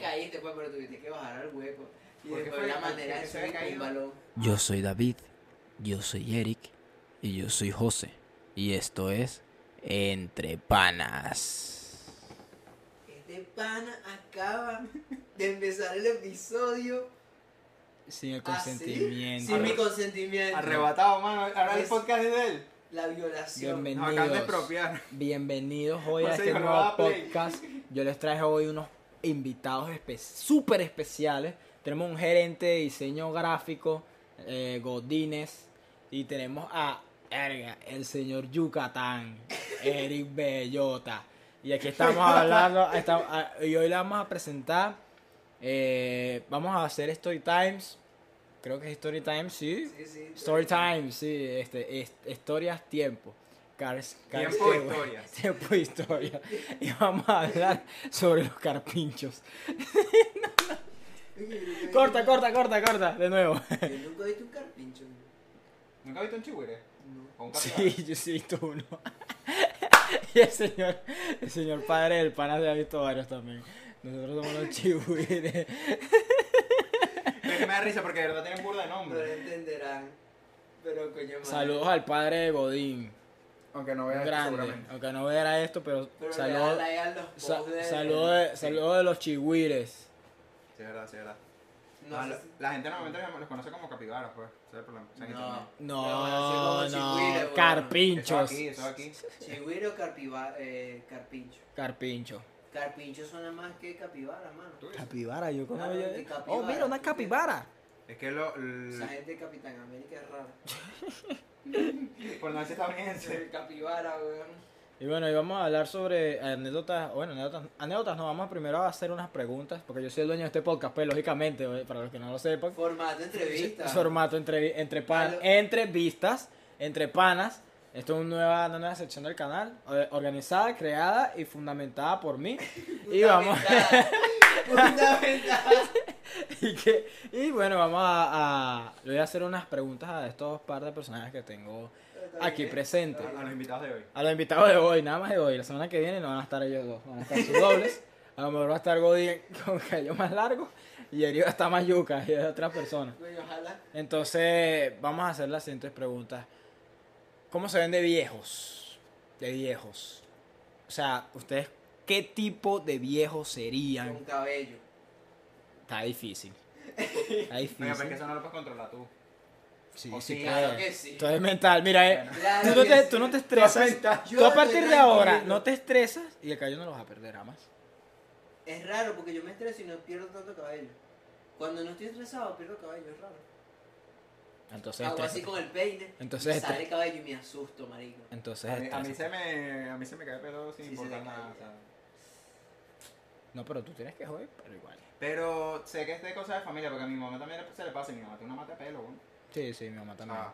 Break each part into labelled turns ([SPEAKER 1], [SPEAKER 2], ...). [SPEAKER 1] caíste, pues, pero tuviste que bajar al hueco. Y
[SPEAKER 2] ¿Por qué
[SPEAKER 1] después
[SPEAKER 2] fue?
[SPEAKER 1] la
[SPEAKER 2] ¿Por
[SPEAKER 1] manera
[SPEAKER 2] qué
[SPEAKER 1] de
[SPEAKER 2] se había
[SPEAKER 1] subir con un
[SPEAKER 2] caído?
[SPEAKER 1] balón.
[SPEAKER 3] Yo soy David, yo soy Eric y yo soy José. Y esto es Entre Panas.
[SPEAKER 1] Este pana acaba de empezar el episodio
[SPEAKER 4] Sin el
[SPEAKER 1] así,
[SPEAKER 4] consentimiento.
[SPEAKER 1] Ah, sin mi consentimiento.
[SPEAKER 2] Arrebatado, mano. Ahora el
[SPEAKER 1] Es-
[SPEAKER 2] podcast es de él.
[SPEAKER 1] La violación.
[SPEAKER 2] Nos acaban de
[SPEAKER 4] Bienvenidos.
[SPEAKER 2] expropiar.
[SPEAKER 4] Bienvenidos hoy a
[SPEAKER 2] José
[SPEAKER 4] este
[SPEAKER 2] dijo, "No va
[SPEAKER 4] nuevo
[SPEAKER 2] a play".
[SPEAKER 4] podcast. Yo les traje hoy unos invitados espe- súper especiales. Tenemos un gerente de diseño gráfico, eh, Godínez, y tenemos a erga, el señor Yucatán, Eric Bellota. Y aquí estamos hablando, estamos- ah, y hoy le vamos a presentar, eh, vamos a hacer Story Times, creo que es Story Times, sí,
[SPEAKER 1] Sí, sí.
[SPEAKER 4] Story time, sí, este, es- historias, tiempo. Cars, cars,
[SPEAKER 2] Tiempo,
[SPEAKER 4] tiempo.
[SPEAKER 2] historias.
[SPEAKER 4] Tiempo, historia. Y vamos a hablar sobre los carpinchos. Corta, corta, corta, corta, de nuevo.
[SPEAKER 1] Yo nunca he visto un carpincho.
[SPEAKER 2] ¿Nunca viste un chigüire?
[SPEAKER 1] No.
[SPEAKER 2] ¿O un capibara?
[SPEAKER 4] Sí, yo sí, tú uno. Y el señor, el señor padre del pana se ha visto varios también. Nosotros somos los chihuires.
[SPEAKER 2] Pero que me da risa porque de verdad tienen burda de
[SPEAKER 1] No lo
[SPEAKER 2] nombre.
[SPEAKER 1] entenderán. Pero coño, madre.
[SPEAKER 4] Saludos al padre de Godín.
[SPEAKER 2] Aunque no
[SPEAKER 4] Un
[SPEAKER 2] veas esto
[SPEAKER 4] grande.
[SPEAKER 2] seguramente.
[SPEAKER 4] Aunque no verá esto, pero,
[SPEAKER 1] Pero le
[SPEAKER 4] saludos.
[SPEAKER 1] dan like a los posts
[SPEAKER 4] sa-
[SPEAKER 1] de-
[SPEAKER 4] saludos de, saludos de los chihuires.
[SPEAKER 2] Sí, es verdad, sí, es verdad.
[SPEAKER 1] No,
[SPEAKER 2] Ah,
[SPEAKER 1] sé
[SPEAKER 2] la,
[SPEAKER 1] si-
[SPEAKER 2] la gente normalmente los conoce como capibaras, pues. Ese es el problema. Ese es el
[SPEAKER 1] no.
[SPEAKER 2] problema.
[SPEAKER 1] Pero
[SPEAKER 4] No,
[SPEAKER 1] bueno, sí, como chihuire,
[SPEAKER 4] no,
[SPEAKER 1] bueno.
[SPEAKER 2] Eso
[SPEAKER 4] carpinchos.
[SPEAKER 2] aquí, eso aquí.
[SPEAKER 1] Chigüiro carpiba, eh, carpincho.
[SPEAKER 4] Carpincho.
[SPEAKER 1] Carpincho suena más que capibara, mano.
[SPEAKER 2] Tú dices.
[SPEAKER 4] Capibara, yo
[SPEAKER 1] conozco- Claro, que capibara.
[SPEAKER 4] Oh, mira, una capibara.
[SPEAKER 2] Es que lo.
[SPEAKER 1] Esa
[SPEAKER 2] l-
[SPEAKER 1] gente de Capitán América es rara.
[SPEAKER 2] Por no decir estadounidense.
[SPEAKER 1] El capibara, weón.
[SPEAKER 4] Y bueno, y vamos a hablar sobre anécdotas. Bueno, anécdotas, anécdotas no, vamos primero a hacer unas preguntas, porque yo soy el dueño de este podcast, pues lógicamente, oye, para los que no lo sepan.
[SPEAKER 1] Formato entrevista.
[SPEAKER 4] Es Formato entre, entre pan,
[SPEAKER 1] Claro.
[SPEAKER 4] entrevistas, entre panas. Esto es una nueva, una nueva sección del canal, eh, organizada, creada y fundamentada por mí. y vamos.
[SPEAKER 1] Fundamental. Fundamental.
[SPEAKER 4] y, que, y bueno, vamos a, a- Le voy a hacer unas preguntas a estos par de personajes que tengo aquí
[SPEAKER 2] A
[SPEAKER 4] presentes.
[SPEAKER 2] a los invitados de hoy.
[SPEAKER 4] A los invitados de hoy, nada más de hoy. La semana que viene no van a estar ellos dos, van a estar sus dobles. A lo mejor va a estar Godín con cabello más largo y Eri va a estar más yuca y otras personas.
[SPEAKER 1] Coño, ojalá.
[SPEAKER 4] Entonces, vamos a hacer las siguientes preguntas. ¿Cómo se ven de viejos? De viejos. O sea, ustedes, ¿qué tipo de viejos
[SPEAKER 1] Con
[SPEAKER 4] serían?
[SPEAKER 1] cabello.
[SPEAKER 4] Está difícil.
[SPEAKER 2] Venga,
[SPEAKER 4] Está
[SPEAKER 2] pero es que
[SPEAKER 4] difícil.
[SPEAKER 2] eso no lo puedes controlar tú.
[SPEAKER 4] Sí,
[SPEAKER 2] o
[SPEAKER 4] sí,
[SPEAKER 2] sí,
[SPEAKER 4] claro.
[SPEAKER 1] Claro que sí.
[SPEAKER 4] Todo es mental. Mira, eh,
[SPEAKER 1] Claro
[SPEAKER 4] tú, no
[SPEAKER 1] que
[SPEAKER 4] te,
[SPEAKER 1] sí.
[SPEAKER 4] tú no te estresas.
[SPEAKER 1] Yo
[SPEAKER 4] Tú a partir
[SPEAKER 1] estoy
[SPEAKER 4] de ahora
[SPEAKER 1] tranquilo.
[SPEAKER 4] no te estresas y el cabello no lo vas a perder jamás.
[SPEAKER 1] Es raro porque yo me estreso y no pierdo tanto cabello. Cuando no estoy estresado, pierdo cabello, es raro.
[SPEAKER 4] Entonces,
[SPEAKER 1] Hago así
[SPEAKER 4] estrésate.
[SPEAKER 1] con el peine.
[SPEAKER 4] Entonces
[SPEAKER 1] y sale
[SPEAKER 4] estrés-
[SPEAKER 1] cabello y me asusto, marico.
[SPEAKER 4] Entonces,
[SPEAKER 2] A mí, a mí
[SPEAKER 4] estrésate.
[SPEAKER 2] se me, a mí se me cae el pelo sin
[SPEAKER 1] Sí, se
[SPEAKER 2] importar
[SPEAKER 1] le cae.
[SPEAKER 2] nada. o sea.
[SPEAKER 4] no, pero tú tienes que joder, pero igual.
[SPEAKER 2] Pero sé que es de cosas de familia, porque a mi mamá también le- se le pasa. y Mi mamá tiene una mata de pelo, güey.
[SPEAKER 4] Sí, sí, mi mamá también.
[SPEAKER 2] Ah.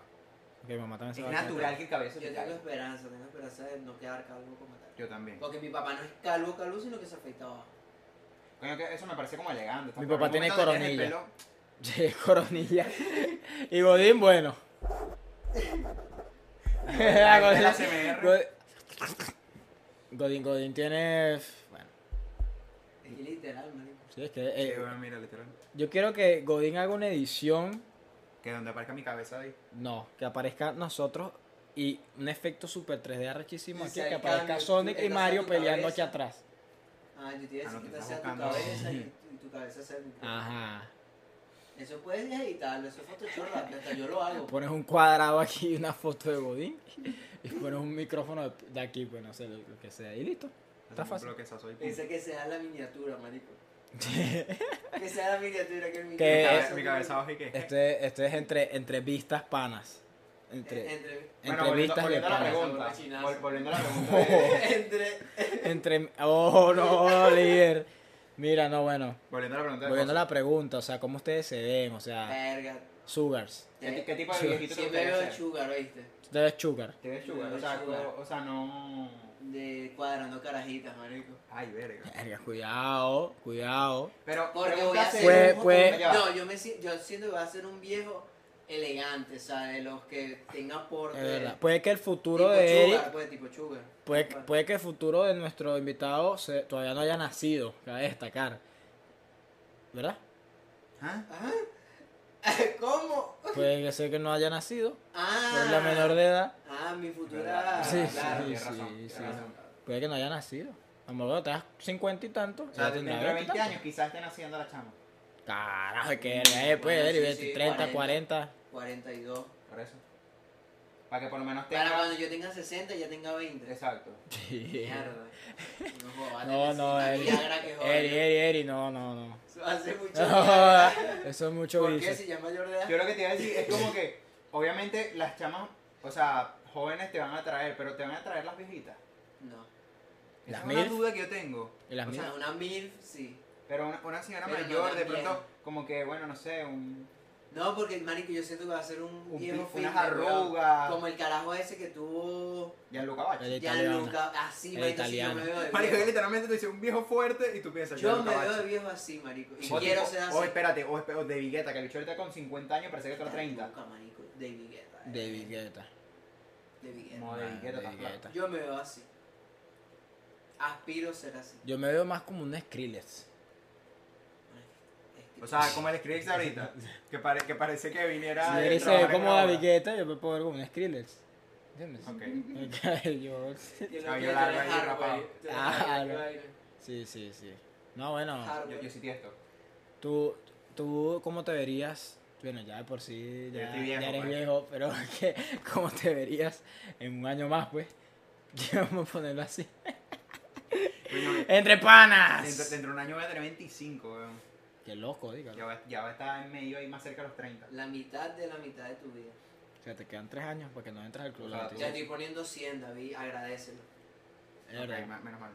[SPEAKER 4] Porque mi mamá también
[SPEAKER 2] Es
[SPEAKER 4] se va a quedar
[SPEAKER 2] natural que el cabello se
[SPEAKER 1] Yo
[SPEAKER 2] te
[SPEAKER 1] tengo
[SPEAKER 2] caiga.
[SPEAKER 1] esperanza, tengo esperanza de no quedar calvo como tal.
[SPEAKER 2] Yo también.
[SPEAKER 1] Porque mi papá no es calvo, calvo, sino que se afeita abajo.
[SPEAKER 2] Coño, que eso me parece como elegante. está
[SPEAKER 4] Mi
[SPEAKER 2] por
[SPEAKER 4] papá
[SPEAKER 2] algún
[SPEAKER 4] tiene
[SPEAKER 2] momento donde tienes el
[SPEAKER 4] coronilla. Sí, coronilla. y Godín, bueno.
[SPEAKER 2] La gente de la CMR.
[SPEAKER 4] Godín, Godín, Godín tiene... Bueno,
[SPEAKER 1] Es que literal, marico.
[SPEAKER 4] sí, es que... eh,
[SPEAKER 2] pelo- Sí, bueno, mira, literal.
[SPEAKER 4] Yo quiero que Godín haga una edición,
[SPEAKER 2] Que donde aparezca mi cabeza ahí.
[SPEAKER 4] no, que aparezca nosotros y un efecto super 3D arrechísimo
[SPEAKER 1] Y
[SPEAKER 4] aquí,
[SPEAKER 1] sea
[SPEAKER 4] que
[SPEAKER 1] el
[SPEAKER 4] aparezca
[SPEAKER 1] cambio,
[SPEAKER 4] Sonic
[SPEAKER 1] el
[SPEAKER 4] y
[SPEAKER 1] cambio
[SPEAKER 4] Mario
[SPEAKER 1] de tu
[SPEAKER 4] peleando aquí
[SPEAKER 1] cabeza.
[SPEAKER 4] atrás.
[SPEAKER 1] Ah, yo te iba a
[SPEAKER 2] Ah,
[SPEAKER 1] decir
[SPEAKER 2] no,
[SPEAKER 1] que
[SPEAKER 2] te
[SPEAKER 1] te
[SPEAKER 2] estás
[SPEAKER 1] hacía tu
[SPEAKER 2] buscando.
[SPEAKER 1] cabeza y, y tu cabeza sea el micrófono.
[SPEAKER 4] Ajá.
[SPEAKER 1] Eso puedes editarlo, eso es Photoshop rápido, hasta yo lo hago.
[SPEAKER 4] Pones un cuadrado aquí, una foto de Godín y pones un micrófono de- de aquí, pues no sé, lo lo que sea, y listo. Está
[SPEAKER 2] Hacemos
[SPEAKER 4] fácil.
[SPEAKER 2] bloques, eso soy, pum.
[SPEAKER 1] Dice que sea la miniatura, marico. Que sea la miniatura, que el
[SPEAKER 4] Que-
[SPEAKER 2] Mi
[SPEAKER 1] micrófono.
[SPEAKER 2] cabeza-
[SPEAKER 4] eso-
[SPEAKER 2] Mi cabeza baja y que.
[SPEAKER 4] Este, este es entre entrevistas panas. Entre,
[SPEAKER 1] Entre,
[SPEAKER 2] Eh, Bueno, volviendo,
[SPEAKER 4] entrevistas de
[SPEAKER 2] volviendo a la
[SPEAKER 4] panas.
[SPEAKER 2] pregunta.
[SPEAKER 1] Chinazo.
[SPEAKER 2] vol- Volviendo a la pregunta. eh. de-
[SPEAKER 1] entre,
[SPEAKER 4] Entre, oh, no, líder. Mira, no, bueno.
[SPEAKER 2] Volviendo a la pregunta. de
[SPEAKER 4] Volviendo a
[SPEAKER 2] cosas.
[SPEAKER 4] la pregunta, o sea, ¿cómo ustedes se ven? O
[SPEAKER 2] Eh.
[SPEAKER 4] sea,
[SPEAKER 1] Verga.
[SPEAKER 4] sugars.
[SPEAKER 2] ¿Qué, ti-
[SPEAKER 1] Te-
[SPEAKER 2] Ah. qué tipo de
[SPEAKER 4] Sí.
[SPEAKER 2] viejito te
[SPEAKER 1] Siempre
[SPEAKER 2] gustaría
[SPEAKER 1] veo
[SPEAKER 2] ser?
[SPEAKER 1] chugar, ¿oíste?
[SPEAKER 4] Ustedes sugar.
[SPEAKER 2] Te ves chugar. O sea,
[SPEAKER 1] Chugar.
[SPEAKER 2] o- o sea, no.
[SPEAKER 1] De cuadrando carajitas, marico.
[SPEAKER 2] Ay, verga.
[SPEAKER 4] Verga, cuidado, cuidado.
[SPEAKER 2] Pero
[SPEAKER 1] Porque voy
[SPEAKER 2] pregunta
[SPEAKER 1] a ser-
[SPEAKER 2] seria,
[SPEAKER 4] Pues- pues-
[SPEAKER 2] Eh, ya va.
[SPEAKER 1] No, yo me si- yo siento que va a ser un viejo elegante, ¿sabes? De los que tengan porte.
[SPEAKER 4] Es verdad. Puede que el
[SPEAKER 1] tipo
[SPEAKER 4] futuro de
[SPEAKER 1] sugar,
[SPEAKER 4] Eric,
[SPEAKER 1] pues, tipo sugar.
[SPEAKER 4] puede, que- puede que el futuro de nuestro invitado se- todavía no haya nacido, cabe destacar. ¿verdad?
[SPEAKER 2] ¿Ah?
[SPEAKER 1] ¿Ah? ¿Cómo?
[SPEAKER 4] Puede que sea que no haya nacido,
[SPEAKER 1] Ah.
[SPEAKER 4] es la menor de edad.
[SPEAKER 1] Ah, mi futura.
[SPEAKER 4] Sí,
[SPEAKER 1] claro.
[SPEAKER 4] sí,
[SPEAKER 2] tienes razón,
[SPEAKER 4] sí,
[SPEAKER 2] tienes
[SPEAKER 4] sí.
[SPEAKER 2] razón.
[SPEAKER 4] Puede que no haya nacido. A lo mejor estás 50 y tanto.
[SPEAKER 2] O sea,
[SPEAKER 4] ya tendrá
[SPEAKER 2] dentro de
[SPEAKER 4] 20
[SPEAKER 2] 20
[SPEAKER 4] y
[SPEAKER 2] años quizás estén haciendo la chama.
[SPEAKER 4] tanto. Carajo, que eres, pues,
[SPEAKER 1] Bueno, sí,
[SPEAKER 4] eres,
[SPEAKER 1] sí,
[SPEAKER 4] 30, 40.
[SPEAKER 1] 42.
[SPEAKER 2] Por eso. Para que por lo menos
[SPEAKER 1] Para
[SPEAKER 2] tenga.
[SPEAKER 1] cuando yo tenga 60 ya tenga 20.
[SPEAKER 2] Exacto.
[SPEAKER 4] Sí.
[SPEAKER 1] Mierda. No, jodas,
[SPEAKER 4] No, no,
[SPEAKER 1] una
[SPEAKER 4] Eri.
[SPEAKER 1] Viagra que joder.
[SPEAKER 4] Eri, Eri, Eri, no, no, no.
[SPEAKER 1] Eso Hace mucho.
[SPEAKER 4] No,
[SPEAKER 1] Viagra.
[SPEAKER 4] Eso es mucho
[SPEAKER 1] ¿Por qué
[SPEAKER 4] vicio.
[SPEAKER 1] si ya es mayor de edad?
[SPEAKER 2] Yo lo que te iba a decir es como que, obviamente, las chamas, o sea, jóvenes te van a atraer, pero te van a atraer las viejitas.
[SPEAKER 1] No.
[SPEAKER 2] Esa
[SPEAKER 4] Las
[SPEAKER 2] es una
[SPEAKER 4] MILF.
[SPEAKER 2] duda que yo tengo.
[SPEAKER 4] ¿Y las
[SPEAKER 2] O
[SPEAKER 1] O
[SPEAKER 2] sea,
[SPEAKER 1] sea, una MILF, sí.
[SPEAKER 2] Pero una, una señora
[SPEAKER 1] Pero no
[SPEAKER 2] mayor,
[SPEAKER 1] tan
[SPEAKER 2] de pronto,
[SPEAKER 1] vieja.
[SPEAKER 2] como que, bueno, no sé, un,
[SPEAKER 1] No, porque marico, yo siento que va a ser un
[SPEAKER 2] un
[SPEAKER 1] viejo
[SPEAKER 2] pi- unas
[SPEAKER 1] fitness, weón.
[SPEAKER 2] arrugas,
[SPEAKER 1] Como el carajo ese que tuvo
[SPEAKER 2] Gianluca Bachi.
[SPEAKER 4] El
[SPEAKER 1] Gianluca, así,
[SPEAKER 4] El
[SPEAKER 1] marico, así yo
[SPEAKER 4] italiano.
[SPEAKER 1] me veo de
[SPEAKER 2] Marico, él
[SPEAKER 1] viejo.
[SPEAKER 2] literalmente te dice un viejo fuerte y tú piensas,
[SPEAKER 1] Yo
[SPEAKER 2] Gianluca
[SPEAKER 1] me veo
[SPEAKER 2] Bachi.
[SPEAKER 1] de viejo así, marico. Y
[SPEAKER 2] O
[SPEAKER 1] quiero
[SPEAKER 2] tipo-
[SPEAKER 1] ser así.
[SPEAKER 2] O espérate, o, espe- o de Vigueta, que el bicho ahorita con 50 años parece que está a 30.
[SPEAKER 1] Nunca, marico. David Guetta. eh.
[SPEAKER 4] De Vigueta.
[SPEAKER 1] David Guetta.
[SPEAKER 2] No, de
[SPEAKER 4] Ah,
[SPEAKER 2] Vigueta,
[SPEAKER 4] de
[SPEAKER 2] está claro.
[SPEAKER 4] Vigueta.
[SPEAKER 1] Yo me veo así. Aspiro ser así.
[SPEAKER 4] Yo me veo más como un Skrillex.
[SPEAKER 1] Este-
[SPEAKER 2] O sea, como el Skrillex ahorita, que, pare- que parece que viniera...
[SPEAKER 4] Si
[SPEAKER 2] Ah, de
[SPEAKER 4] Eri se
[SPEAKER 2] trabajar
[SPEAKER 4] ve
[SPEAKER 2] en
[SPEAKER 4] como
[SPEAKER 2] una
[SPEAKER 4] la
[SPEAKER 2] obra.
[SPEAKER 4] Vigueta, yo me puedo ver como un Skrillex. ¿Entiendes?
[SPEAKER 2] Ok.
[SPEAKER 4] Ok, yo-
[SPEAKER 2] cabello
[SPEAKER 1] Tiene que
[SPEAKER 2] largo
[SPEAKER 1] tener
[SPEAKER 2] ahí,
[SPEAKER 1] hardware,
[SPEAKER 2] rapado.
[SPEAKER 1] tiene
[SPEAKER 4] Ah,
[SPEAKER 1] hardware,
[SPEAKER 4] no.
[SPEAKER 1] vaina.
[SPEAKER 4] Sí, sí, sí. No, bueno.
[SPEAKER 2] Yo,
[SPEAKER 1] Hardware.
[SPEAKER 2] yo sí tiesto.
[SPEAKER 4] ¿Tú, tú cómo te verías? Bueno, ya de por sí
[SPEAKER 2] Yo
[SPEAKER 4] ya,
[SPEAKER 2] estoy viejo,
[SPEAKER 4] ya eres
[SPEAKER 2] pues.
[SPEAKER 4] viejo, pero ¿qué? ¿cómo te verías en un año más, pues? Vamos a ponerlo así.
[SPEAKER 2] Coño,
[SPEAKER 4] ¡Entre panas!
[SPEAKER 2] Dentro, dentro de un año voy a tener 25, weón.
[SPEAKER 4] Qué loco, dígalo.
[SPEAKER 2] Ya va, ya va a estar en medio ahí más cerca de los 30.
[SPEAKER 1] La mitad de la mitad de tu vida.
[SPEAKER 4] O sea, te quedan tres años para que no entres al club.
[SPEAKER 2] O
[SPEAKER 4] la
[SPEAKER 2] sea,
[SPEAKER 4] gente
[SPEAKER 1] Ya
[SPEAKER 4] dice,
[SPEAKER 1] estoy poniendo 100, David. Agradecelo.
[SPEAKER 4] "Es verdad".
[SPEAKER 2] Ok, me- menos mal.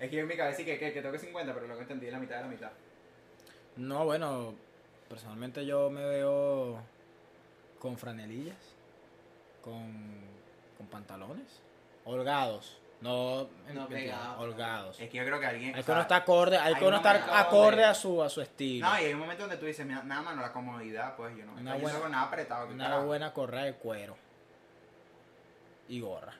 [SPEAKER 2] Es que yo en mi cabeza sí que, que, que toque 50, pero lo que entendí es la mitad de la mitad.
[SPEAKER 4] No, bueno, personalmente yo me veo con franelillas, con, con pantalones, holgados, no,
[SPEAKER 1] No pegados.
[SPEAKER 4] holgados.
[SPEAKER 2] Es que yo creo que alguien.
[SPEAKER 4] Hay
[SPEAKER 2] o
[SPEAKER 4] que uno
[SPEAKER 2] sea,
[SPEAKER 4] está acorde,
[SPEAKER 2] hay
[SPEAKER 4] hay que uno
[SPEAKER 2] un
[SPEAKER 4] estar
[SPEAKER 2] momento
[SPEAKER 4] acorde
[SPEAKER 2] donde-
[SPEAKER 4] a su, a su estilo.
[SPEAKER 2] No, y hay un momento donde tú dices, mira, nada más no la comodidad, pues yo no.
[SPEAKER 4] Una
[SPEAKER 2] Yo
[SPEAKER 4] buena-
[SPEAKER 2] no hago nada apretado. que
[SPEAKER 4] Una
[SPEAKER 2] carajo.
[SPEAKER 4] buena correa de cuero. Y gorra.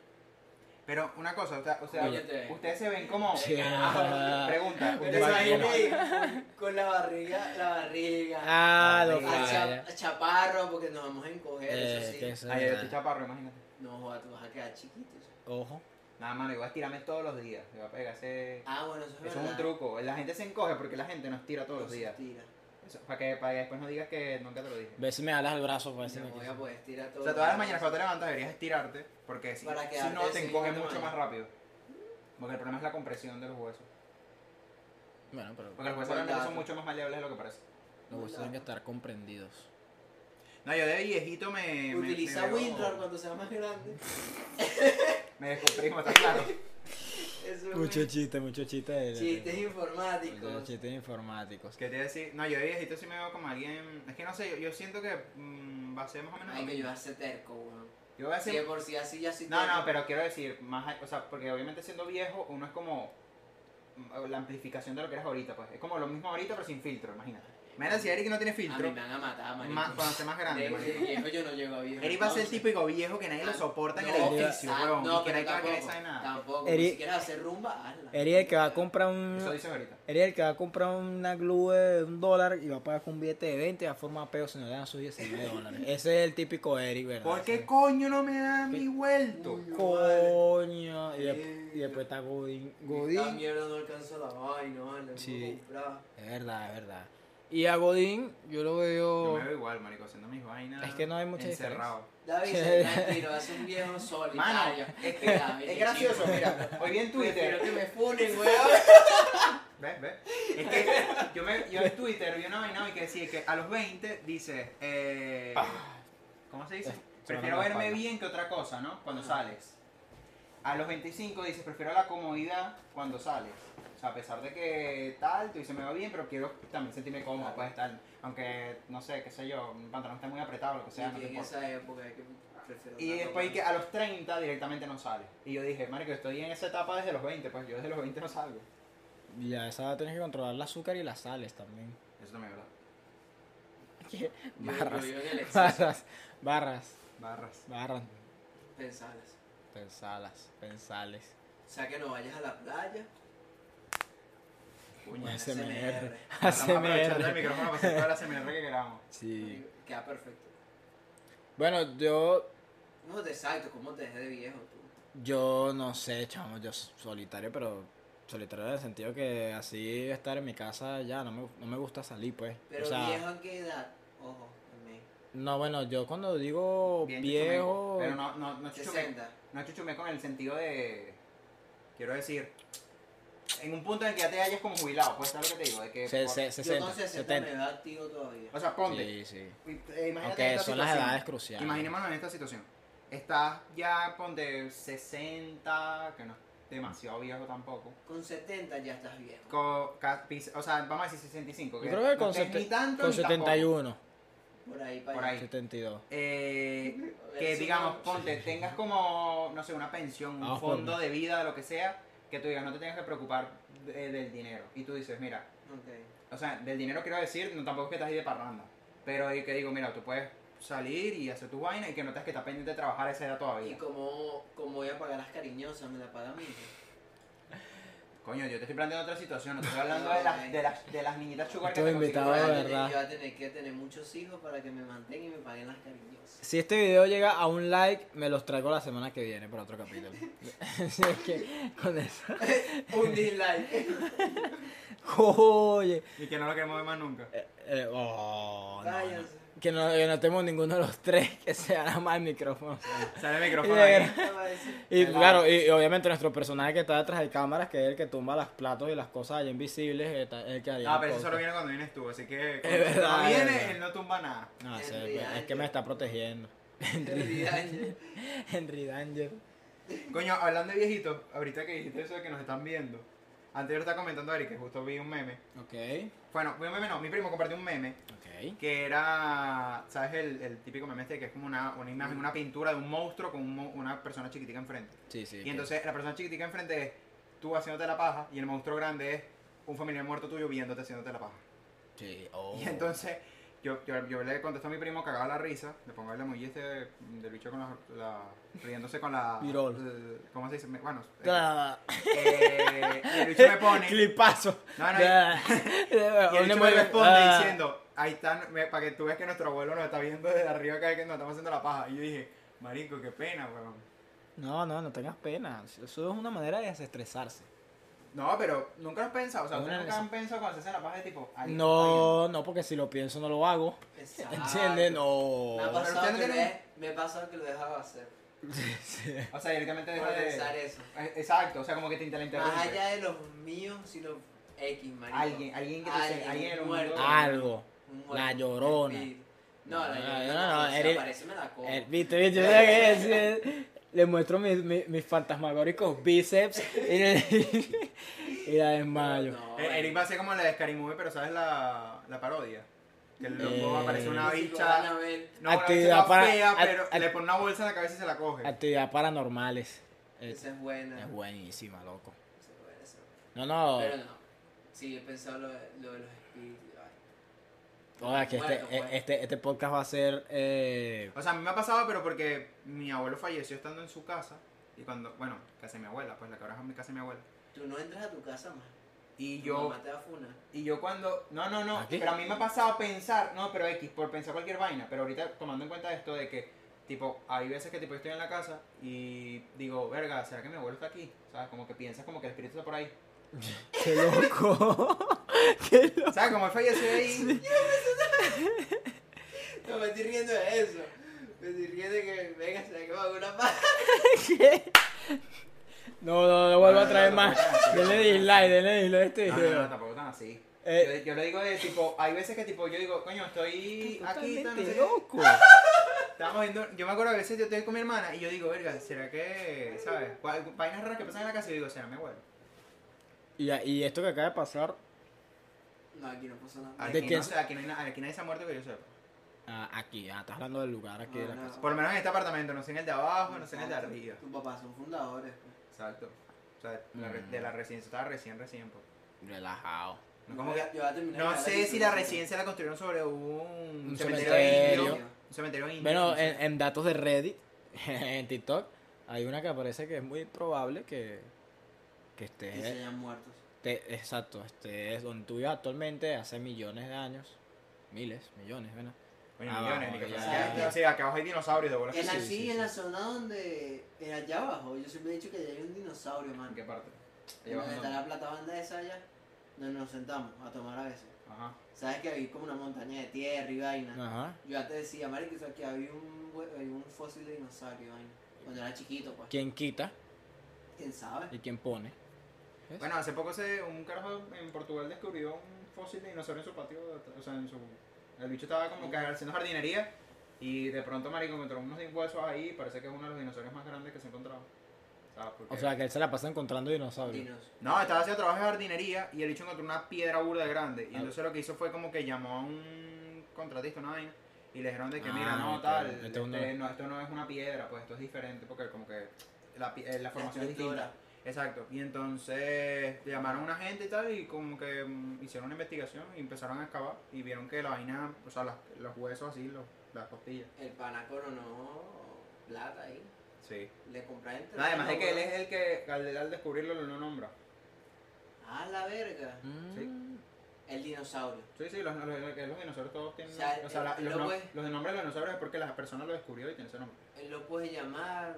[SPEAKER 2] Pero una cosa, o sea, o sea,
[SPEAKER 1] Oye.
[SPEAKER 2] ustedes se ven como.
[SPEAKER 4] Sí.
[SPEAKER 2] Pregunta,
[SPEAKER 1] Pero
[SPEAKER 2] ustedes
[SPEAKER 4] Pero
[SPEAKER 2] se ven
[SPEAKER 4] imagínate.
[SPEAKER 1] imagínate con- con la barriga, la barriga.
[SPEAKER 4] Ah, lo
[SPEAKER 2] Ah,
[SPEAKER 1] a cha-
[SPEAKER 4] falla.
[SPEAKER 1] a chaparro, porque nos vamos a encoger,
[SPEAKER 4] Eh, que
[SPEAKER 1] eso sí.
[SPEAKER 4] eso
[SPEAKER 2] como.
[SPEAKER 4] es
[SPEAKER 2] Ay, yo
[SPEAKER 4] verdad.
[SPEAKER 2] estoy chaparro, imagínate.
[SPEAKER 1] No, joda, tú vas a quedar chiquito. eso.
[SPEAKER 4] Ojo.
[SPEAKER 2] Nada más, yo voy a estirarme todos los días. Me voy a pegar ese.
[SPEAKER 1] Ah, bueno, eso es
[SPEAKER 2] Eso
[SPEAKER 1] verdad.
[SPEAKER 2] es un truco. La gente se encoge porque la gente nos tira todos los
[SPEAKER 1] No se
[SPEAKER 2] días.
[SPEAKER 1] estira.
[SPEAKER 2] Eso, para, que, para que después no digas que nunca te lo dije.
[SPEAKER 4] Ve si me alas el brazo para ver si
[SPEAKER 1] No
[SPEAKER 4] me
[SPEAKER 1] voy
[SPEAKER 4] quiso.
[SPEAKER 1] a poder estirar todo.
[SPEAKER 2] Pues O sea, todas las mañanas cuando te levantas deberías estirarte porque si,
[SPEAKER 1] Para
[SPEAKER 2] si
[SPEAKER 1] quedarte
[SPEAKER 2] no te
[SPEAKER 1] ese
[SPEAKER 2] encoge
[SPEAKER 1] mismo
[SPEAKER 2] mucho
[SPEAKER 1] tamaño.
[SPEAKER 2] más rápido. Porque el problema es la compresión de los huesos.
[SPEAKER 4] Bueno, pero
[SPEAKER 2] Porque los huesos
[SPEAKER 1] Buen
[SPEAKER 2] realmente
[SPEAKER 1] dato.
[SPEAKER 2] son mucho más maleables de lo que parece.
[SPEAKER 4] los huesos tienen que estar comprendidos.
[SPEAKER 2] No, yo de viejito me.
[SPEAKER 1] Utiliza
[SPEAKER 2] me, me veo-
[SPEAKER 1] WinRAR cuando sea más grande.
[SPEAKER 2] Me descomprimo, está claro.
[SPEAKER 1] Eso es
[SPEAKER 4] Mucho
[SPEAKER 1] un-
[SPEAKER 4] chiste, mucho chiste. de- de-
[SPEAKER 1] chistes
[SPEAKER 4] muchos
[SPEAKER 1] informáticos.
[SPEAKER 4] chistes informáticos.
[SPEAKER 2] ¿Qué te iba a decir? No, yo de viejito sí me veo como alguien. Es que no sé, yo, yo siento que mm, va a ser más o menos.
[SPEAKER 1] Ay,
[SPEAKER 2] lo
[SPEAKER 1] que yo
[SPEAKER 2] mismo.
[SPEAKER 1] voy a ser terco, weón.
[SPEAKER 2] Yo voy a
[SPEAKER 1] Si de
[SPEAKER 2] ser.
[SPEAKER 1] por sí así ya sí
[SPEAKER 2] No,
[SPEAKER 1] terco.
[SPEAKER 2] no, pero quiero decir, más. a- O sea, porque obviamente siendo viejo, uno es como. mm, La amplificación de lo que eres ahorita, pues. Es como lo mismo ahorita, pero sin filtro, imagínate. Imagínate si Eric no tiene
[SPEAKER 1] A
[SPEAKER 2] filtro.
[SPEAKER 1] mí me van a matar, marico.
[SPEAKER 2] Ma- cuando esté más grande,
[SPEAKER 1] de, de
[SPEAKER 2] marico.
[SPEAKER 1] viejo yo no llego a viejo.
[SPEAKER 2] Eric va a ser el
[SPEAKER 1] entonces.
[SPEAKER 2] típico viejo que nadie lo
[SPEAKER 1] Ah,
[SPEAKER 2] soporta en
[SPEAKER 1] No,
[SPEAKER 2] el edificio,
[SPEAKER 1] ah,
[SPEAKER 2] weón.
[SPEAKER 1] No,
[SPEAKER 2] y que
[SPEAKER 1] pero
[SPEAKER 2] nadie que
[SPEAKER 1] tampoco,
[SPEAKER 2] no sabe nada.
[SPEAKER 1] Tampoco.
[SPEAKER 4] Eri-
[SPEAKER 1] Si quieres hacer rumba, hazla.
[SPEAKER 4] Eri el que va a comprar un.
[SPEAKER 2] Eso dices ahorita.
[SPEAKER 4] Eri el que va a comprar una glue de un dólar y va a pagar con un billete de 20 y va a formar peo si no le dan sus 19 dólares. Ese es el típico Eri, ¿verdad?
[SPEAKER 2] ¿Por
[SPEAKER 4] Ese-
[SPEAKER 2] qué coño no me da mi vuelto?
[SPEAKER 1] Uy, vale.
[SPEAKER 4] Coño. Y, de- y después está Godín.
[SPEAKER 1] Esta
[SPEAKER 4] Godín.
[SPEAKER 1] mierda no alcanza la vaina, vale.
[SPEAKER 4] Sí.
[SPEAKER 1] Sí. Comprar.
[SPEAKER 4] Es verdad, es verdad. Y a Godín yo lo veo...
[SPEAKER 2] Yo me veo igual, marico, haciendo mis vainas.
[SPEAKER 4] Es que no hay mucha
[SPEAKER 2] encerrado.
[SPEAKER 1] David, se tranquilo, va a ser un viejo
[SPEAKER 2] Mano,
[SPEAKER 1] solitario.
[SPEAKER 2] es, que-
[SPEAKER 1] David,
[SPEAKER 2] es gracioso,
[SPEAKER 1] chico.
[SPEAKER 2] mira. Hoy vi en
[SPEAKER 1] Prefiero
[SPEAKER 2] Twitter.
[SPEAKER 1] que me funen, weón.
[SPEAKER 2] ¿Ves? ¿Ves? Es que este, yo, me, yo en Twitter vi una vaina y que decía que a los 20 dice. Eh, ¿Cómo se dice? Prefiero
[SPEAKER 4] sonando la
[SPEAKER 2] verme
[SPEAKER 4] espalda.
[SPEAKER 2] bien que otra cosa, ¿no? Cuando sales. A los 25 dices, prefiero la comodidad cuando sales. O sea, a pesar de que tal, tú dices, me va bien, pero quiero también sentirme cómodo,
[SPEAKER 1] Claro.
[SPEAKER 2] puedes estar. Aunque, no sé, qué sé yo, mi pantalón está muy apretado, lo que sea, no
[SPEAKER 1] Y
[SPEAKER 2] te
[SPEAKER 1] en
[SPEAKER 2] importa.
[SPEAKER 1] esa época es que prefiero.
[SPEAKER 2] Y
[SPEAKER 1] una
[SPEAKER 2] después
[SPEAKER 1] ropa.
[SPEAKER 2] que a los 30 directamente no sale. Y yo dije, Mario, que estoy en esa etapa desde los 20, pues yo desde los 20 no salgo.
[SPEAKER 4] Y a esa edad tienes que controlar el azúcar y las sales también.
[SPEAKER 2] Eso también es verdad.
[SPEAKER 1] Yo-
[SPEAKER 4] Barras.
[SPEAKER 1] Yo, yo en el exceso.
[SPEAKER 4] Barras. Barras.
[SPEAKER 2] Barras.
[SPEAKER 4] Barras.
[SPEAKER 1] Pensalas.
[SPEAKER 4] Pensalas. Pensales.
[SPEAKER 1] O sea que no vayas a la playa.
[SPEAKER 2] Coño,
[SPEAKER 1] Bueno,
[SPEAKER 4] SMR.
[SPEAKER 2] Estamos aprovechando el
[SPEAKER 4] ASMR.
[SPEAKER 2] micrófono para hacer toda la SMR que queramos.
[SPEAKER 4] Sí.
[SPEAKER 1] Queda perfecto.
[SPEAKER 4] Bueno, yo.
[SPEAKER 1] No, de salto, ¿cómo te dejé de viejo tú?
[SPEAKER 4] Yo no sé, chamo. Yo s- solitario, pero. Solitario en el sentido que así estar en mi casa ya no me, no me gusta salir, pues.
[SPEAKER 1] Pero
[SPEAKER 4] o sea,
[SPEAKER 1] viejo a qué edad, ojo, también.
[SPEAKER 4] no, bueno, yo cuando digo
[SPEAKER 2] Bien chuchumeco.
[SPEAKER 4] viejo.
[SPEAKER 2] Pero no, no, no chuchumeco.
[SPEAKER 1] 60.
[SPEAKER 2] No chuchumeco en el sentido de. Quiero decir. En un punto en el que ya te hayas como jubilado, pues sabes lo que te digo. De que
[SPEAKER 4] se-
[SPEAKER 2] por-
[SPEAKER 4] se-
[SPEAKER 1] Yo con
[SPEAKER 4] 60,
[SPEAKER 1] 60 me
[SPEAKER 4] 70.
[SPEAKER 1] veo activo todavía.
[SPEAKER 2] O sea, ponte.
[SPEAKER 4] Sí, sí.
[SPEAKER 2] Eh, Imagínate
[SPEAKER 4] Aunque
[SPEAKER 2] esta
[SPEAKER 4] son las
[SPEAKER 2] situación.
[SPEAKER 4] edades cruciales.
[SPEAKER 2] Imaginémonos en esta situación. Estás ya, ponte 60, que no es demasiado viejo tampoco.
[SPEAKER 1] Con 70 ya estás viejo.
[SPEAKER 2] Co- ca- pis- o sea, vamos a decir 65.
[SPEAKER 4] Yo creo que con,
[SPEAKER 2] no estés
[SPEAKER 4] sete-
[SPEAKER 2] ni tanto
[SPEAKER 4] con
[SPEAKER 2] ni tampoco.
[SPEAKER 4] 71,
[SPEAKER 1] Por ahí para
[SPEAKER 2] Por
[SPEAKER 1] allá.
[SPEAKER 2] ahí.
[SPEAKER 4] 72.
[SPEAKER 2] Eh, que
[SPEAKER 1] Eso
[SPEAKER 2] digamos,
[SPEAKER 1] no-
[SPEAKER 2] ponte, tengas como, no sé, una pensión, un
[SPEAKER 4] Vamos por
[SPEAKER 2] fondo de vida, lo que sea, que tú digas, no te tengas que preocupar de- del dinero. Y tú dices, mira,
[SPEAKER 1] Ok.
[SPEAKER 2] o sea, del dinero quiero decir, no, tampoco es que estás ahí de parranda, pero ahí que digo, mira, tú puedes salir y hacer tu vaina y que no tengas que estar pendiente de trabajar a esa edad
[SPEAKER 1] Y
[SPEAKER 2] todavía.
[SPEAKER 1] como, como voy a pagar las cariñosas, me la paga mi hijo.
[SPEAKER 2] Coño, yo te estoy planteando otra situación, no te estoy hablando de las, de las, de las niñitas sugar
[SPEAKER 4] Estoy
[SPEAKER 2] te
[SPEAKER 1] Yo
[SPEAKER 4] invitado
[SPEAKER 1] voy
[SPEAKER 2] consigues.
[SPEAKER 1] a
[SPEAKER 4] de
[SPEAKER 1] tener-
[SPEAKER 4] verdad.
[SPEAKER 1] Yo voy a tener que tener muchos hijos para que me mantengan y me paguen las cariñosas.
[SPEAKER 4] Si este video llega a un like, me los traigo la semana que viene para otro capítulo. Así es que con eso.
[SPEAKER 1] Un dislike.
[SPEAKER 4] Oye.
[SPEAKER 2] Y que no lo queremos ver más nunca.
[SPEAKER 4] eh, oh, no, no.
[SPEAKER 1] Váyanse.
[SPEAKER 4] Que no, que no estemos ninguno de los tres, que sea nada más el micrófono.
[SPEAKER 2] Sale el
[SPEAKER 4] Y
[SPEAKER 2] micrófono
[SPEAKER 4] de
[SPEAKER 2] ahí.
[SPEAKER 4] verdad-
[SPEAKER 1] No va a decir.
[SPEAKER 4] Y
[SPEAKER 2] Claro.
[SPEAKER 4] claro, y, y obviamente nuestro personaje que está detrás de cámaras, que es el que tumba los platos y las cosas allá invisibles, que está- el que haría.
[SPEAKER 2] Ah,
[SPEAKER 4] las
[SPEAKER 2] pero eso solo
[SPEAKER 4] cosas.
[SPEAKER 2] viene cuando vienes tú, así que
[SPEAKER 4] Es verdad,
[SPEAKER 2] cuando
[SPEAKER 4] es
[SPEAKER 2] viene,
[SPEAKER 4] verdad.
[SPEAKER 2] él no tumba nada.
[SPEAKER 4] No,
[SPEAKER 1] Henry
[SPEAKER 4] sé, pues, es que
[SPEAKER 1] Danger.
[SPEAKER 4] me está protegiendo.
[SPEAKER 1] Henry Danger.
[SPEAKER 4] Henry Danger.
[SPEAKER 2] Coño, hablando de viejitos, ahorita que dijiste eso de que nos están viendo, antes yo estaba comentando a Eric que justo vi un meme.
[SPEAKER 4] Ok,
[SPEAKER 2] Bueno, vi un meme no, mi primo compartió un meme
[SPEAKER 4] ok.
[SPEAKER 2] que era, ¿sabes? El, el típico meme este que es como una, una imagen, una pintura de un monstruo con un mo- una persona chiquitica enfrente.
[SPEAKER 4] Sí, sí.
[SPEAKER 2] Y entonces la persona chiquitica enfrente es tú haciéndote la paja y el monstruo grande es un familiar muerto tuyo viéndote haciéndote la paja.
[SPEAKER 4] Sí, oh.
[SPEAKER 2] Y entonces yo, yo, yo le contesto a mi primo cagado la risa, le pongo el emoji este de- del bicho con la, la- riéndose con la...
[SPEAKER 4] Virol.
[SPEAKER 2] eh, ¿Cómo se dice? Me- Bueno, eh,
[SPEAKER 4] Ah,
[SPEAKER 2] eh, y el bicho me pone... Ah,
[SPEAKER 4] Clipazo.
[SPEAKER 2] No, no, y- y el
[SPEAKER 4] el
[SPEAKER 2] bicho me responde
[SPEAKER 4] Ah.
[SPEAKER 2] diciendo, ahí están, me- para que tú veas que nuestro abuelo nos está viendo desde arriba acá que nos estamos haciendo la paja. Y yo dije, marico, qué pena, weón.
[SPEAKER 4] No, no, no tengas pena. Eso es una manera de desestresarse.
[SPEAKER 2] No, pero nunca lo has pensado, o sea,
[SPEAKER 4] Es una
[SPEAKER 2] ustedes nunca
[SPEAKER 4] risa.
[SPEAKER 2] han pensado cuando se hacen la paja de tipo... "Ay, ay,
[SPEAKER 4] No, no, porque si lo pienso no lo hago.
[SPEAKER 1] Exacto.
[SPEAKER 4] ¿Entiendes?
[SPEAKER 1] Me ha
[SPEAKER 4] No.
[SPEAKER 2] Pero usted
[SPEAKER 1] pasado
[SPEAKER 2] Ah, no
[SPEAKER 1] que lo
[SPEAKER 2] tiene-
[SPEAKER 1] he- me ha pasado que lo dejaba hacer.
[SPEAKER 4] Sí.
[SPEAKER 2] O sea, directamente deja
[SPEAKER 1] Por
[SPEAKER 2] de...
[SPEAKER 1] pensar eso.
[SPEAKER 2] Eh, Exacto, o sea, como que te interrumpe.
[SPEAKER 1] Más allá de los míos, sino X, marico.
[SPEAKER 2] Alguien, alguien que te
[SPEAKER 1] Alguien,
[SPEAKER 2] se- alguien en el
[SPEAKER 1] un
[SPEAKER 2] mundo-
[SPEAKER 1] muerto.
[SPEAKER 4] Algo.
[SPEAKER 1] Un
[SPEAKER 4] La
[SPEAKER 1] muerto,
[SPEAKER 4] Llorona.
[SPEAKER 1] espíritu. No, la
[SPEAKER 4] No,
[SPEAKER 1] llorona.
[SPEAKER 4] no,
[SPEAKER 1] No,
[SPEAKER 4] no, Eric-
[SPEAKER 1] Si aparece, me la como.
[SPEAKER 4] Eh, Viste, viste, yo sé que es- es- le muestro mis, mis, mis fantasmagóricos bíceps y, le- y la desmayo.
[SPEAKER 1] No,
[SPEAKER 2] Eh, Eric
[SPEAKER 1] marico.
[SPEAKER 2] va a ser como la de Scary Movie, pero ¿sabes la, la parodia? Que el
[SPEAKER 4] Eh.
[SPEAKER 2] loco aparece una
[SPEAKER 1] Sí, lo van a
[SPEAKER 2] bicha.
[SPEAKER 1] ver.
[SPEAKER 2] No, una bicha
[SPEAKER 4] Actividad
[SPEAKER 2] toda
[SPEAKER 4] para-
[SPEAKER 2] fea,
[SPEAKER 4] act-
[SPEAKER 2] pero
[SPEAKER 4] act-
[SPEAKER 2] le pone una bolsa en la cabeza y se la coge.
[SPEAKER 4] Actividad paranormales. Es,
[SPEAKER 1] Esa es buena.
[SPEAKER 4] Eh, es Oh. buenísima, loco.
[SPEAKER 1] Esa es buena, esa es buena.
[SPEAKER 4] No, no.
[SPEAKER 1] Pero no. Sí, he pensado lo, de- lo de los espíritus. ay.
[SPEAKER 4] Oiga, que
[SPEAKER 1] Muerto, pues.
[SPEAKER 4] este,
[SPEAKER 1] muerto.
[SPEAKER 4] este, este podcast va a ser. Eh,
[SPEAKER 2] O sea, a mí me ha pasado, pero porque mi abuelo falleció estando en su casa. Y cuando, bueno, casa de mi abuela, pues la que ahora es mi casa de mi abuela.
[SPEAKER 1] Tú no entras a tu casa más.
[SPEAKER 2] Y
[SPEAKER 1] Tu
[SPEAKER 2] yo,
[SPEAKER 1] mamá te va a funar.
[SPEAKER 2] y yo cuando, no, no, no,
[SPEAKER 4] ¿Ah, qué?
[SPEAKER 2] pero a mí me ha pasado pensar, no, pero X, por pensar cualquier vaina, pero ahorita tomando en cuenta esto de que, tipo, hay veces que tipo yo estoy en la casa y digo, verga, ¿será que mi abuelo está aquí? ¿Sabes? Como que piensas como que el espíritu está por ahí.
[SPEAKER 4] ¡Qué loco! ¡Qué loco!
[SPEAKER 2] ¿Sabes? Como él falleció ahí.
[SPEAKER 1] No, me estoy riendo de eso. Me estoy riendo de que venga, se que va con una paja.
[SPEAKER 4] No, no, no vuelvo
[SPEAKER 2] No,
[SPEAKER 4] a
[SPEAKER 2] no,
[SPEAKER 4] traer
[SPEAKER 2] no,
[SPEAKER 4] más.
[SPEAKER 2] no, no,
[SPEAKER 4] denle
[SPEAKER 2] no,
[SPEAKER 4] dislike, denle dislike a este
[SPEAKER 2] No, no,
[SPEAKER 4] video.
[SPEAKER 2] no, tampoco tan así.
[SPEAKER 4] Eh.
[SPEAKER 2] yo, yo lo digo de tipo, hay veces que tipo yo digo, coño, estoy aquí, tal, no sé
[SPEAKER 4] Totalmente
[SPEAKER 2] qué.
[SPEAKER 4] loco.
[SPEAKER 2] Estábamos viendo, yo me acuerdo a veces yo estoy con mi hermana y yo digo, verga, ¿será que, sabes? Gua- Vainas raras que pasan en la casa y yo digo, será mi abuelo.
[SPEAKER 4] Y, y esto que acaba de pasar,
[SPEAKER 1] No, aquí no pasó nada.
[SPEAKER 4] ¿De
[SPEAKER 2] Aquí,
[SPEAKER 4] quién
[SPEAKER 2] no
[SPEAKER 4] se-
[SPEAKER 2] sé, aquí, no hay na- aquí nadie se ha muerto que yo sepa.
[SPEAKER 4] ah, aquí, ah, estás hablando del lugar aquí de la
[SPEAKER 1] No, no.
[SPEAKER 4] casa.
[SPEAKER 2] Por lo menos en este apartamento, no sé en el de abajo, no sé en el de
[SPEAKER 1] Exacto.
[SPEAKER 2] arriba.
[SPEAKER 1] Tus papás son fundadores. pues.
[SPEAKER 2] Exacto. O sea, la re-
[SPEAKER 4] Mm.
[SPEAKER 2] de la residencia, estaba recién, recién. pues.
[SPEAKER 4] Relajado.
[SPEAKER 2] No, como que-
[SPEAKER 1] Yo voy a terminar de
[SPEAKER 2] no
[SPEAKER 1] hablar
[SPEAKER 2] sé
[SPEAKER 1] de
[SPEAKER 2] si la
[SPEAKER 1] situación.
[SPEAKER 2] residencia la construyeron sobre un,
[SPEAKER 4] Un
[SPEAKER 2] cementerio indio.
[SPEAKER 1] cementerio.
[SPEAKER 2] Un cementerio indio.
[SPEAKER 4] Bueno,
[SPEAKER 2] no sé.
[SPEAKER 4] en, en datos de Reddit, en TikTok, hay una que aparece que es muy probable que, que
[SPEAKER 1] Que se
[SPEAKER 2] Eh.
[SPEAKER 4] esté.
[SPEAKER 1] hayan muertos.
[SPEAKER 4] Te- exacto, este es donde tú vives actualmente hace millones de años. Miles, millones, ¿verdad?
[SPEAKER 2] Coño,
[SPEAKER 4] Ah,
[SPEAKER 2] millones,
[SPEAKER 4] vamos,
[SPEAKER 2] ni que
[SPEAKER 4] ya,
[SPEAKER 2] fuera-
[SPEAKER 1] ya.
[SPEAKER 2] Sí, acá abajo hay dinosaurios de bolas.
[SPEAKER 1] En
[SPEAKER 2] que
[SPEAKER 1] la,
[SPEAKER 2] sí.
[SPEAKER 1] sí,
[SPEAKER 4] sí, sí,
[SPEAKER 1] en
[SPEAKER 4] sí.
[SPEAKER 1] la zona donde. Era allá abajo. Yo siempre he dicho que allá hay un dinosaurio,
[SPEAKER 2] ¿En
[SPEAKER 1] man.
[SPEAKER 2] qué parte? Allá
[SPEAKER 1] En donde
[SPEAKER 2] abajo,
[SPEAKER 1] está la plata banda esa allá. Donde nos sentamos a tomar a veces.
[SPEAKER 2] ¿no? Ajá.
[SPEAKER 1] Sabes que había como una montaña de tierra y vaina.
[SPEAKER 4] Ajá.
[SPEAKER 1] Yo ya te decía, marico, o sea, que había un, hue- había un fósil de dinosaurio, vaina. Cuando era chiquito, pues.
[SPEAKER 4] ¿Quién quita
[SPEAKER 1] ¿Quién sabe?
[SPEAKER 4] y quién pone?
[SPEAKER 2] Bueno, hace poco se, un carajo en Portugal descubrió un fósil de dinosaurio en su patio, o sea, en su... El bicho estaba como que haciendo jardinería y de pronto marico encontró unos huesos ahí y parece que es uno de los dinosaurios más grandes que se ha encontrado. ¿Sabes? Porque-
[SPEAKER 4] O sea, que él se la pasa encontrando dinosaurios.
[SPEAKER 1] Dinos.
[SPEAKER 2] No, estaba haciendo trabajo de jardinería y el bicho encontró una piedra burda grande. Y
[SPEAKER 4] Ah.
[SPEAKER 2] entonces lo que hizo fue como que llamó a un contratista, una vaina, y le dijeron de que,
[SPEAKER 4] Ah,
[SPEAKER 2] mira, no,
[SPEAKER 4] este-
[SPEAKER 2] tal,
[SPEAKER 4] este es un-
[SPEAKER 2] este, no, esto no es una piedra, pues esto es diferente, porque como que la, pi- eh, la formación es
[SPEAKER 1] estructura.
[SPEAKER 2] distinta. Exacto. Y entonces llamaron a una gente y tal, y como que mm, hicieron una investigación y empezaron a excavar y vieron que la vaina, o sea, las- los huesos así, los, las costillas.
[SPEAKER 1] El panacoro no. Plata ahí.
[SPEAKER 2] Sí.
[SPEAKER 1] Le compré entre.
[SPEAKER 2] Además de que él es el que al, al descubrirlo lo nombra.
[SPEAKER 1] Ah, la verga.
[SPEAKER 4] Mm.
[SPEAKER 2] Sí.
[SPEAKER 1] El dinosaurio.
[SPEAKER 2] Sí, sí, los, los, los- los dinosaurios todos tienen.
[SPEAKER 1] O sea,
[SPEAKER 2] o sea, la-
[SPEAKER 1] el-
[SPEAKER 2] los,
[SPEAKER 1] lo
[SPEAKER 2] nom-
[SPEAKER 1] pues-
[SPEAKER 2] los nombres de los dinosaurios es porque la persona lo descubrió y tiene ese nombre.
[SPEAKER 1] Él lo puede llamar.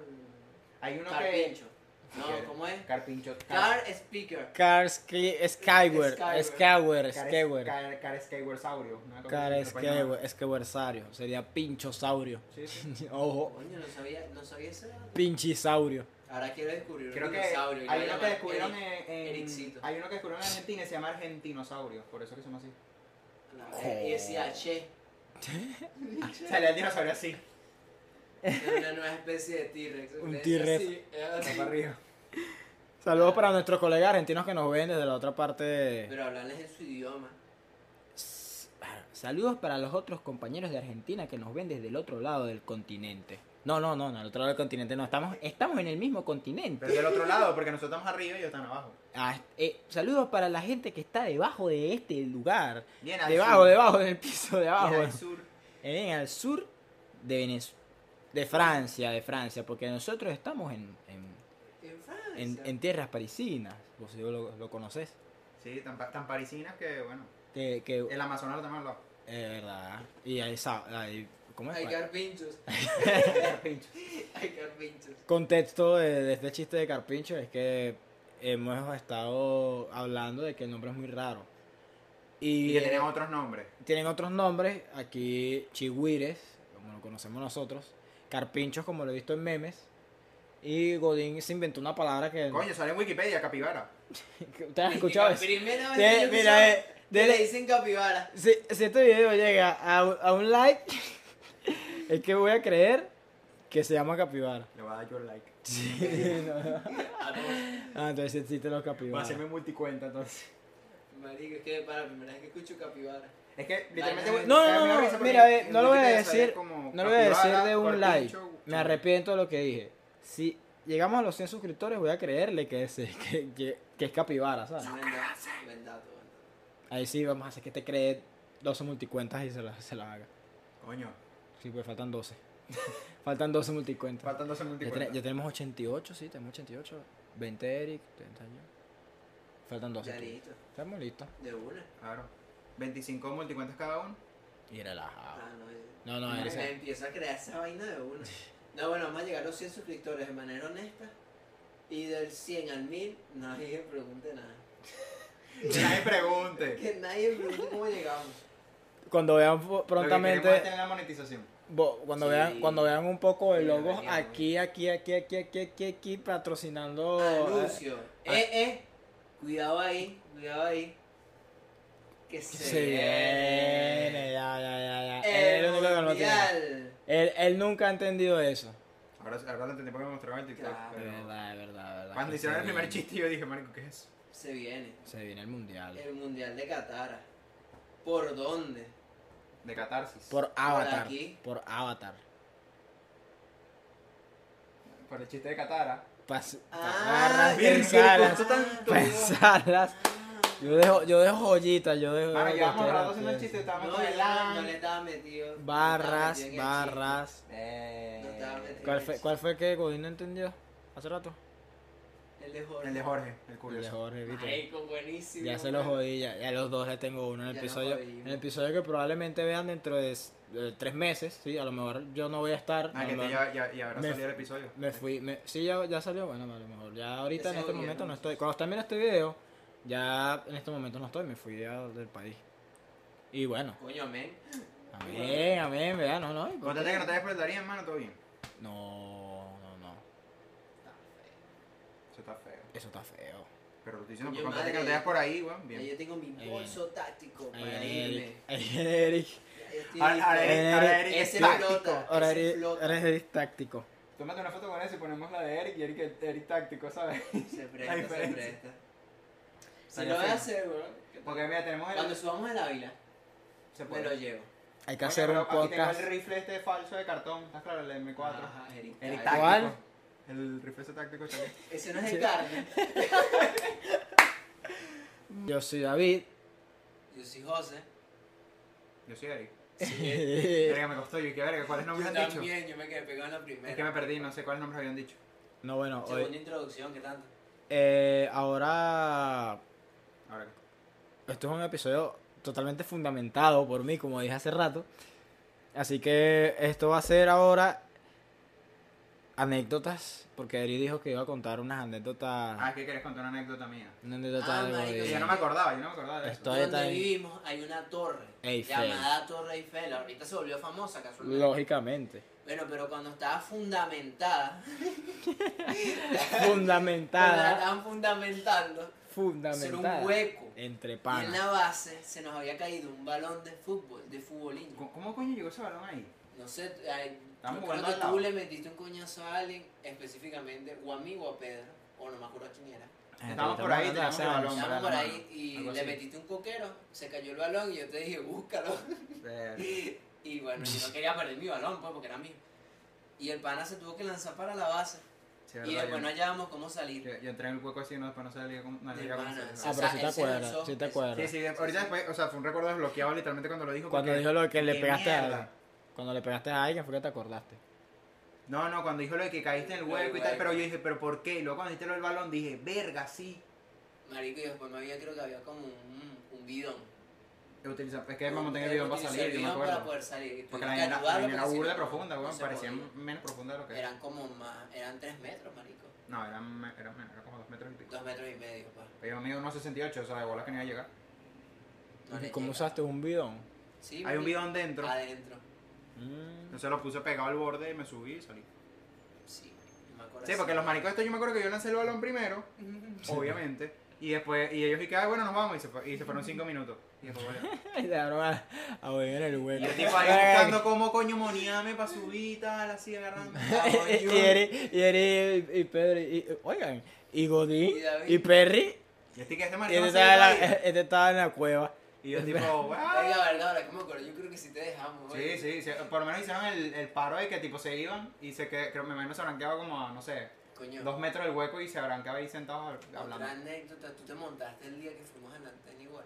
[SPEAKER 2] Hay uno que.
[SPEAKER 1] Carpincho.
[SPEAKER 2] Quiere. Ah.
[SPEAKER 1] No, ¿cómo es?
[SPEAKER 2] Carpincho.
[SPEAKER 1] Car Speaker.
[SPEAKER 4] Car Ski- Skyward,
[SPEAKER 1] Skyward.
[SPEAKER 4] Skyward,
[SPEAKER 2] Car-
[SPEAKER 4] Skyward,
[SPEAKER 2] Car- Carescaiguersaurio, una cosa
[SPEAKER 4] Car
[SPEAKER 2] así, después llama-
[SPEAKER 4] Skyward, Skywardsario, sería pinchosaurio.
[SPEAKER 2] Sí, sí.
[SPEAKER 4] Ojo,
[SPEAKER 1] Coño, no sabía, no sabía ese dato.
[SPEAKER 4] pinchisaurio.
[SPEAKER 1] Ahora quiero descubrir
[SPEAKER 2] Creo
[SPEAKER 1] un
[SPEAKER 2] que
[SPEAKER 1] dinosaurio. y lo
[SPEAKER 2] hay uno que
[SPEAKER 1] llaman
[SPEAKER 2] descubrieron
[SPEAKER 1] Eric.
[SPEAKER 2] en, en-
[SPEAKER 1] Ericito.
[SPEAKER 2] Hay uno que descubrieron en Argentina y se llama Argentinosaurio, por eso que se llama así.
[SPEAKER 1] La verga, Y decía, che,
[SPEAKER 2] Sale el dinosaurio así,
[SPEAKER 1] es una nueva especie de T-Rex.
[SPEAKER 4] Un
[SPEAKER 1] Es
[SPEAKER 4] T-Rex.
[SPEAKER 1] así, es
[SPEAKER 2] para
[SPEAKER 1] así.
[SPEAKER 2] arriba.
[SPEAKER 4] Saludos para nuestros colegas argentinos que nos ven desde la otra parte. de-
[SPEAKER 1] Pero hablarles en su idioma.
[SPEAKER 4] S- Saludos para los otros compañeros de Argentina que nos ven desde el otro lado del continente. No, no, no, no, el otro lado del continente no, estamos, estamos en el mismo continente.
[SPEAKER 2] Pero del otro lado, porque nosotros estamos arriba y ellos están abajo.
[SPEAKER 4] Ah, eh, saludos para la gente que está debajo de este lugar.
[SPEAKER 2] Bien al
[SPEAKER 4] Debajo,
[SPEAKER 2] sur.
[SPEAKER 4] debajo del piso, de
[SPEAKER 2] Bien
[SPEAKER 4] abajo.
[SPEAKER 2] al sur.
[SPEAKER 4] en el sur de Venezuela, de Francia, de Francia, porque nosotros estamos en, en,
[SPEAKER 1] En Francia.
[SPEAKER 4] en- en tierras parisinas, vos seguro lo, lo conoces,
[SPEAKER 2] Sí, tan, pa- tan parisinas que, bueno.
[SPEAKER 4] que, que-
[SPEAKER 2] El Amazonas lo tenemos al lado.
[SPEAKER 4] es verdad, y ahí, sa- ahí- ¿cómo es?
[SPEAKER 1] Hay carpinchos.
[SPEAKER 2] Carpincho.
[SPEAKER 1] Hay carpinchos.
[SPEAKER 4] Contexto de, de este chiste de Carpincho es que hemos estado hablando de que el nombre es muy raro.
[SPEAKER 2] Y
[SPEAKER 4] Y,
[SPEAKER 2] que
[SPEAKER 4] eh,
[SPEAKER 2] tenían otros nombres.
[SPEAKER 4] tienen otros nombres, aquí chigüires, como lo conocemos nosotros, carpinchos como lo he visto en memes, y Godín se inventó una palabra que...
[SPEAKER 2] Coño, sale en Wikipedia, capibara.
[SPEAKER 4] ¿Ustedes han escuchado eso?
[SPEAKER 1] Primera vez que
[SPEAKER 4] Sí,
[SPEAKER 1] yo
[SPEAKER 4] mira,
[SPEAKER 1] escuchaba
[SPEAKER 4] eh,
[SPEAKER 1] que le
[SPEAKER 4] dele-
[SPEAKER 1] dicen capibara.
[SPEAKER 4] si, si este video llega a, un- a un like, es que voy a creer que se llama capibara.
[SPEAKER 2] Le voy a dar yo el like.
[SPEAKER 1] Ah, no.
[SPEAKER 4] Ah, entonces existen los
[SPEAKER 2] Va a
[SPEAKER 4] capibaras.
[SPEAKER 2] hacerme multicuenta entonces.
[SPEAKER 1] Marico, es que para la primera vez que escucho capibara.
[SPEAKER 2] Es que literalmente.
[SPEAKER 1] no,
[SPEAKER 2] güey,
[SPEAKER 4] no,
[SPEAKER 2] o sea,
[SPEAKER 4] no,
[SPEAKER 2] me da
[SPEAKER 4] no,
[SPEAKER 2] risa porque
[SPEAKER 4] mira, ve,
[SPEAKER 2] en
[SPEAKER 4] no lo voy a
[SPEAKER 2] Wikipedia sale
[SPEAKER 4] decir-
[SPEAKER 2] como
[SPEAKER 4] No lo voy a decir
[SPEAKER 2] capibara,
[SPEAKER 4] de un like.
[SPEAKER 2] cuarticho,
[SPEAKER 4] Me arrepiento de lo que dije. Si llegamos a los 100 suscriptores, voy a creerle que es, que, que- que es capibara, ¿sabes?
[SPEAKER 1] Buen dato, buen dato, buen dato.
[SPEAKER 4] Ahí sí vamos a hacer que te cree 12 multicuentas y se las se las haga.
[SPEAKER 2] Coño,
[SPEAKER 4] Sí, pues faltan 12. faltan 12 multicuentas.
[SPEAKER 2] faltan 12
[SPEAKER 4] Ya,
[SPEAKER 2] multicuentas.
[SPEAKER 4] te- ya tenemos 88, sí, tenemos 88. 20 Eric, 30 yo. Faltan 12.
[SPEAKER 1] Ya
[SPEAKER 4] tú.
[SPEAKER 1] listo,
[SPEAKER 4] Estamos listos.
[SPEAKER 1] de una.
[SPEAKER 2] Claro. 25 multicuentas cada uno.
[SPEAKER 4] Y relajado.
[SPEAKER 1] Ah, no, eh.
[SPEAKER 4] No, no, Eric.
[SPEAKER 1] Me
[SPEAKER 4] se-
[SPEAKER 1] empieza a crear esa vaina de una. No, bueno, vamos a llegar a los 100 suscriptores de manera honesta. Y del 100 al 1000, nadie pregunte nada.
[SPEAKER 2] Que nadie pregunte.
[SPEAKER 1] Que nadie pregunte cómo llegamos.
[SPEAKER 4] Cuando vean fo-
[SPEAKER 2] Lo que queremos es
[SPEAKER 4] prontamente.
[SPEAKER 2] tener la monetización.
[SPEAKER 4] bo- cuando,
[SPEAKER 1] Sí.
[SPEAKER 4] vean, cuando vean un poco de
[SPEAKER 1] Sí,
[SPEAKER 4] logos
[SPEAKER 1] deberíamos.
[SPEAKER 4] aquí, aquí, aquí, aquí, aquí, aquí, aquí, patrocinando. eh,
[SPEAKER 1] Anuncio.
[SPEAKER 4] ah.
[SPEAKER 1] Eh, eh. Cuidado ahí, cuidado ahí. Que se,
[SPEAKER 4] Se viene. Ya, ya, ya, ya. Él
[SPEAKER 1] El
[SPEAKER 4] es el único que no lo tiene.
[SPEAKER 1] mundial.
[SPEAKER 4] Él, él nunca ha entendido eso.
[SPEAKER 2] Ahora, ahora lo entendí porque me mostraron el TikTok.
[SPEAKER 1] Claro.
[SPEAKER 4] Es
[SPEAKER 2] pero-
[SPEAKER 4] verdad, es verdad, es verdad.
[SPEAKER 2] Cuando
[SPEAKER 4] que
[SPEAKER 2] hicieron
[SPEAKER 4] se
[SPEAKER 2] el primer
[SPEAKER 4] viene.
[SPEAKER 2] chiste, yo dije, Marico, ¿qué es eso?
[SPEAKER 1] Se viene.
[SPEAKER 4] Se viene el mundial.
[SPEAKER 1] El mundial de Qatar. ¿Por dónde?
[SPEAKER 2] De catarsis.
[SPEAKER 4] Por Avatar.
[SPEAKER 1] aquí.
[SPEAKER 4] Por Avatar.
[SPEAKER 2] Por el chiste de Catara.
[SPEAKER 4] Pas-
[SPEAKER 1] Ah,
[SPEAKER 4] agarras,
[SPEAKER 1] virgen,
[SPEAKER 4] pensalas,
[SPEAKER 1] costó tanto.
[SPEAKER 4] Pues, pensalas. Yo dejo, yo dejo joyitas, yo dejo.
[SPEAKER 2] Bueno,
[SPEAKER 4] dejo
[SPEAKER 2] llevamos
[SPEAKER 4] cuestiones
[SPEAKER 2] rato haciendo el
[SPEAKER 4] ustedes.
[SPEAKER 2] chiste,
[SPEAKER 1] No,
[SPEAKER 2] estábamos
[SPEAKER 1] yo
[SPEAKER 2] con el
[SPEAKER 1] no, no
[SPEAKER 2] LAN.
[SPEAKER 1] le estaba metido.
[SPEAKER 4] Barras,
[SPEAKER 1] no estaba metido en el
[SPEAKER 4] barras.
[SPEAKER 1] No estaba
[SPEAKER 2] Eh,
[SPEAKER 1] metido.
[SPEAKER 4] ¿Cuál fue, cuál fue que Godín no entendió? Hace rato.
[SPEAKER 1] chiste. El de Jorge.
[SPEAKER 2] El de Jorge, el
[SPEAKER 4] El de
[SPEAKER 2] curioso.
[SPEAKER 4] Jorge, ¿viste?
[SPEAKER 1] Marico, buenísimo.
[SPEAKER 4] Ya se
[SPEAKER 1] lo
[SPEAKER 4] los jodí, ya, ya los dos le tengo uno en el
[SPEAKER 1] Ya nos
[SPEAKER 4] episodio.
[SPEAKER 1] jodimos.
[SPEAKER 4] En el episodio que probablemente vean dentro de, s- de tres meses, sí, a lo mejor yo no voy a estar. a
[SPEAKER 2] Ah,
[SPEAKER 4] lo
[SPEAKER 2] que te
[SPEAKER 4] mejor
[SPEAKER 2] ya, ya, ya habrá
[SPEAKER 4] me-
[SPEAKER 2] salido el episodio.
[SPEAKER 4] me fui, me- sí, ya, ya salió, bueno, a lo mejor. Ya
[SPEAKER 1] Ese
[SPEAKER 4] ahorita en este
[SPEAKER 1] jodieron.
[SPEAKER 4] momento no estoy. Cuando están viendo este video, ya en este momento no estoy, me fui ya del país. Y bueno,
[SPEAKER 1] Coño, men.
[SPEAKER 4] amén, amén, vea, no, no. y por-
[SPEAKER 2] Contate que no te des por el Darín, hermano, todo bien.
[SPEAKER 4] No, no, no.
[SPEAKER 2] Eso está feo.
[SPEAKER 4] Eso está feo.
[SPEAKER 2] Pero lo estoy diciendo,
[SPEAKER 1] Coño,
[SPEAKER 2] pero contate que no
[SPEAKER 1] madre.
[SPEAKER 2] te des por ahí, weón.
[SPEAKER 1] Ahí
[SPEAKER 2] Bien.
[SPEAKER 1] yo tengo mi
[SPEAKER 4] viene.
[SPEAKER 1] bolso táctico
[SPEAKER 4] Ahí
[SPEAKER 1] para
[SPEAKER 4] viene
[SPEAKER 1] irme.
[SPEAKER 4] Eric. Ahí viene Eric.
[SPEAKER 1] Ya estoy
[SPEAKER 2] Ahora-
[SPEAKER 1] listo.
[SPEAKER 2] ahora Eric- ahora Eric
[SPEAKER 1] Este, Ese
[SPEAKER 2] es
[SPEAKER 1] flota.
[SPEAKER 2] táctico.
[SPEAKER 4] Ahora
[SPEAKER 1] ese
[SPEAKER 4] eres,
[SPEAKER 1] flota.
[SPEAKER 4] eres Eric táctico.
[SPEAKER 2] Tómate una foto con eso y ponemos la de Eric y Eric, Eric táctico, ¿sabes?
[SPEAKER 1] Se
[SPEAKER 2] La
[SPEAKER 1] presta, se
[SPEAKER 2] diferencia.
[SPEAKER 1] presta. Si
[SPEAKER 2] Vale,
[SPEAKER 1] lo voy a
[SPEAKER 2] feo.
[SPEAKER 1] hacer, weón. ¿qué tal?
[SPEAKER 2] Porque mira, tenemos el.
[SPEAKER 1] Cuando subamos al Ávila,
[SPEAKER 2] se
[SPEAKER 1] me
[SPEAKER 2] puede.
[SPEAKER 1] lo llevo.
[SPEAKER 4] Hay que
[SPEAKER 2] Coño,
[SPEAKER 4] hacer
[SPEAKER 2] pero
[SPEAKER 4] un
[SPEAKER 2] aquí tengo
[SPEAKER 4] podcast.
[SPEAKER 2] el rifle este falso de cartón, ¿estás claro? El M4.
[SPEAKER 1] Ajá, Eric.
[SPEAKER 2] Eric
[SPEAKER 1] Táctico.
[SPEAKER 2] táctico.
[SPEAKER 4] ¿Cuál?
[SPEAKER 2] El rifle ese táctico chaval.
[SPEAKER 1] Ese no es el carne.
[SPEAKER 4] Yo soy David.
[SPEAKER 1] Yo soy José.
[SPEAKER 2] Yo soy Eric.
[SPEAKER 1] Sí,
[SPEAKER 4] Eh.
[SPEAKER 2] Verga, me costó yo. ¿Qué verga? ¿Cuáles
[SPEAKER 1] yo
[SPEAKER 2] nombres han dicho?
[SPEAKER 1] también, yo me quedé pegado en la
[SPEAKER 2] Es que
[SPEAKER 1] primera.
[SPEAKER 2] me perdí, no sé cuáles nombres habían dicho.
[SPEAKER 4] No, bueno,
[SPEAKER 1] Segunda
[SPEAKER 4] hoy.
[SPEAKER 1] introducción, ¿qué tanto?
[SPEAKER 4] eh, ahora.
[SPEAKER 2] Ahora,
[SPEAKER 4] Esto es un episodio totalmente fundamentado por mí, como dije hace rato. Así que esto va a ser ahora. Anécdotas. Porque Eri dijo que iba a contar unas anécdotas.
[SPEAKER 2] ah, es que querés contar una anécdota mía.
[SPEAKER 4] una anécdota
[SPEAKER 1] Ah,
[SPEAKER 4] de
[SPEAKER 1] marico,
[SPEAKER 4] Godín.
[SPEAKER 2] Yo no me acordaba, yo no me acordaba de
[SPEAKER 4] Estoy-
[SPEAKER 2] eso.
[SPEAKER 4] Todavía
[SPEAKER 1] Donde
[SPEAKER 4] está en-
[SPEAKER 1] vivimos hay una torre
[SPEAKER 4] Eiffel.
[SPEAKER 1] llamada Torre Eiffel. Ahorita se volvió famosa casualmente.
[SPEAKER 4] Lógicamente.
[SPEAKER 1] Bueno, pero cuando estaba fundamentada, cuando la
[SPEAKER 4] fundamentada.
[SPEAKER 1] estaban fundamentando, era
[SPEAKER 4] fundamentada.
[SPEAKER 1] un hueco.
[SPEAKER 4] Entre
[SPEAKER 1] Y en
[SPEAKER 4] panas.
[SPEAKER 1] la base se nos había caído un balón de fútbol, de futbolín.
[SPEAKER 2] ¿Cómo- ¿Cómo coño llegó ese balón ahí?
[SPEAKER 1] No sé, eh,
[SPEAKER 2] Estamos
[SPEAKER 1] yo creo
[SPEAKER 2] jugando
[SPEAKER 1] que
[SPEAKER 2] al lado.
[SPEAKER 1] tú le metiste un coñazo a alguien específicamente, o a mí o a Pedro, o no me acuerdo a quién era.
[SPEAKER 2] Estábamos por ahí,
[SPEAKER 4] hablando de
[SPEAKER 2] teníamos
[SPEAKER 4] hace
[SPEAKER 2] el
[SPEAKER 4] años.
[SPEAKER 2] balón.
[SPEAKER 1] Estábamos por
[SPEAKER 2] la
[SPEAKER 1] ahí
[SPEAKER 2] mano,
[SPEAKER 1] y
[SPEAKER 2] algo
[SPEAKER 1] le
[SPEAKER 2] así.
[SPEAKER 1] metiste un coquero, se cayó el balón y yo te dije, búscalo. Y bueno, yo no quería perder mi balón, pues, porque era mío. Y el pana se tuvo que lanzar para la base.
[SPEAKER 2] Sí,
[SPEAKER 1] y
[SPEAKER 2] verdad,
[SPEAKER 1] después no
[SPEAKER 2] yo-
[SPEAKER 1] hallábamos cómo salir.
[SPEAKER 2] yo, yo entré en el hueco así y no, después no salía como. No
[SPEAKER 1] De
[SPEAKER 2] llegaba
[SPEAKER 1] pana,
[SPEAKER 2] a
[SPEAKER 1] sí.
[SPEAKER 4] Ah, pero
[SPEAKER 1] O sea,
[SPEAKER 4] si te
[SPEAKER 1] ese
[SPEAKER 4] acuerdas,
[SPEAKER 1] lanzó-
[SPEAKER 4] si te
[SPEAKER 1] ese-
[SPEAKER 4] acuerdas.
[SPEAKER 2] Sí, sí, de- ahorita después, o sea, fue un recuerdo desbloqueado literalmente cuando lo dijo.
[SPEAKER 4] Cuando
[SPEAKER 2] porque-
[SPEAKER 4] dijo lo que le
[SPEAKER 2] ¡Qué
[SPEAKER 4] pegaste a
[SPEAKER 2] mierda!
[SPEAKER 4] alguien. Cuando le pegaste a alguien fue que te acordaste.
[SPEAKER 2] No, no, cuando dijo lo de que caíste en el
[SPEAKER 1] Lo del
[SPEAKER 2] hueco y tal,
[SPEAKER 1] hueco.
[SPEAKER 2] pero yo dije, ¿pero por qué? Y luego cuando dijiste lo del balón dije, verga, sí.
[SPEAKER 1] Marico, y después me había, creo que había como un, un bidón.
[SPEAKER 2] Yo utilizo- es que me monté en el video para
[SPEAKER 1] Utilizó
[SPEAKER 2] salir, yo me
[SPEAKER 1] bidón para
[SPEAKER 2] acuerdo.
[SPEAKER 1] poder salir. Y
[SPEAKER 2] Porque
[SPEAKER 1] tuvimos
[SPEAKER 2] la
[SPEAKER 1] que
[SPEAKER 2] vaina era- la
[SPEAKER 1] ayudarlo
[SPEAKER 2] vaina era
[SPEAKER 1] porque si
[SPEAKER 2] burda
[SPEAKER 1] no,
[SPEAKER 2] profunda,
[SPEAKER 1] no
[SPEAKER 2] weón,
[SPEAKER 1] se
[SPEAKER 2] parecía
[SPEAKER 1] podía.
[SPEAKER 2] menos profunda de lo que era.
[SPEAKER 1] Eran como más, eran 3 metros, marico.
[SPEAKER 2] No, eran me- eran menos, eran como dos metros y pico.
[SPEAKER 1] Dos metros y medio, pues. pa.
[SPEAKER 2] Pero yo mido 1,68, o sea, de bolas que no iba a llegar.
[SPEAKER 1] No le
[SPEAKER 4] ¿Cómo
[SPEAKER 1] llega.
[SPEAKER 4] usaste un bidón?
[SPEAKER 1] Sí,
[SPEAKER 2] Hay un
[SPEAKER 1] marico.
[SPEAKER 2] bidón dentro,
[SPEAKER 1] Adentro.
[SPEAKER 4] Mm.
[SPEAKER 2] entonces lo puse pegado al borde y me subí y salí.
[SPEAKER 1] Sí, no me acuerdo.
[SPEAKER 2] Sí,
[SPEAKER 1] así.
[SPEAKER 2] porque los maricos estos yo me acuerdo que yo lancé el balón primero, obviamente, y después, y ellos dije, ah, bueno, nos vamos, y se, fue- y se fueron 5 minutos. Y después, bueno.
[SPEAKER 4] Ay, te daron a, a huevo en el
[SPEAKER 2] Y
[SPEAKER 4] hueco.
[SPEAKER 2] el tipo ahí buscando cómo coño moniame para subir y tal, así agarrando.
[SPEAKER 1] Ah,
[SPEAKER 4] y Eri, y, Eri, y Pedro, y, oigan, y Godín,
[SPEAKER 1] Y David.
[SPEAKER 4] y Perry,
[SPEAKER 2] Y este que este
[SPEAKER 4] y este
[SPEAKER 2] marido
[SPEAKER 4] estaba, en la, este estaba en la cueva.
[SPEAKER 2] Y yo tipo,
[SPEAKER 1] Verga,
[SPEAKER 2] "Ah".
[SPEAKER 1] verdad, ahora que me acuerdo, yo creo que sí te dejamos,
[SPEAKER 2] Sí,
[SPEAKER 1] güey.
[SPEAKER 2] sí, sí, por lo menos hicieron el, el paro de que tipo se iban y se que creo, me imagino se habrán quedado como a, no sé,
[SPEAKER 1] Coño.
[SPEAKER 2] dos metros del hueco y se habrán quedado ahí sentados
[SPEAKER 1] otra
[SPEAKER 2] hablando.
[SPEAKER 1] anécdota, tú te montaste el día que fuimos a Nantén igual.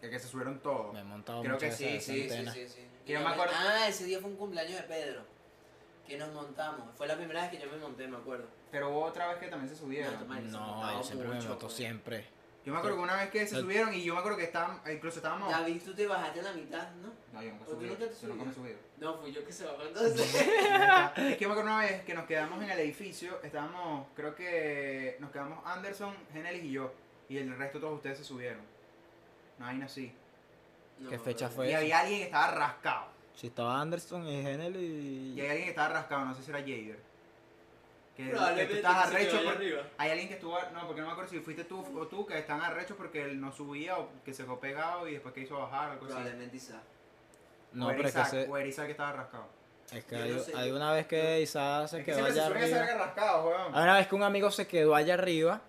[SPEAKER 2] Que, que se subieron todos.
[SPEAKER 4] Me he montado
[SPEAKER 2] Creo que
[SPEAKER 4] muchas
[SPEAKER 2] sí,
[SPEAKER 4] veces en
[SPEAKER 1] Sí,
[SPEAKER 4] esa
[SPEAKER 1] sí,
[SPEAKER 4] antena.
[SPEAKER 1] sí, sí.
[SPEAKER 2] Que yo
[SPEAKER 1] Y
[SPEAKER 2] me acuerdo-
[SPEAKER 1] Ah, ese día fue un cumpleaños de Pedro. Que nos montamos. Fue la primera vez que yo me monté, me acuerdo.
[SPEAKER 2] Pero hubo otra vez que también se subieron.
[SPEAKER 1] No, toma- se
[SPEAKER 4] No,
[SPEAKER 1] montaba
[SPEAKER 4] yo siempre me
[SPEAKER 1] mucho,
[SPEAKER 4] moto,
[SPEAKER 1] pues.
[SPEAKER 4] siempre.
[SPEAKER 2] Yo me acuerdo que una vez que se
[SPEAKER 4] El-
[SPEAKER 2] subieron y yo me acuerdo que estaban, incluso estábamos...
[SPEAKER 1] David, tú te bajaste a la mitad, ¿no?
[SPEAKER 2] No, yo nunca
[SPEAKER 1] ¿O tú
[SPEAKER 2] subí.
[SPEAKER 1] nunca te
[SPEAKER 2] Yo nunca me he subido.
[SPEAKER 1] No, fui yo que se bajó entonces.
[SPEAKER 2] es que yo me acuerdo una vez que nos quedamos en el edificio, estábamos, creo que nos quedamos Anderson, Genelis y yo, y el resto todos ustedes se subieron. Una vaina así.
[SPEAKER 1] No,
[SPEAKER 4] ¿Qué fecha
[SPEAKER 1] bro.
[SPEAKER 4] fue?
[SPEAKER 2] Y
[SPEAKER 4] eso.
[SPEAKER 2] había alguien que estaba rascado.
[SPEAKER 4] Si estaba Anderson y Henel
[SPEAKER 2] Y
[SPEAKER 4] y...
[SPEAKER 2] hay alguien que estaba rascado, no sé si era Jader. Que, que
[SPEAKER 1] Probablemente
[SPEAKER 2] tú estás
[SPEAKER 1] que se quedó
[SPEAKER 2] arrecho
[SPEAKER 1] ahí
[SPEAKER 2] por-
[SPEAKER 1] arriba.
[SPEAKER 2] Hay alguien que estuvo, no, porque no me acuerdo si fuiste tú o tú, que están arrechos porque él no subía o que se quedó pegado y después que hizo bajar o algo así.
[SPEAKER 1] Probablemente Isaac.
[SPEAKER 4] No,
[SPEAKER 2] o
[SPEAKER 4] pero
[SPEAKER 2] era
[SPEAKER 4] es que,
[SPEAKER 2] Isaac,
[SPEAKER 4] se-
[SPEAKER 2] o era Isaac que estaba rascado.
[SPEAKER 4] es que
[SPEAKER 1] Yo no
[SPEAKER 4] hay,
[SPEAKER 1] sé,
[SPEAKER 4] hay
[SPEAKER 1] yo-
[SPEAKER 4] una vez que Isaac se
[SPEAKER 2] Es que
[SPEAKER 4] quedó
[SPEAKER 2] siempre se
[SPEAKER 4] allá
[SPEAKER 2] supone que se
[SPEAKER 4] arriba.
[SPEAKER 2] salga rascado, weón.
[SPEAKER 4] Hay una vez que un amigo se quedó allá arriba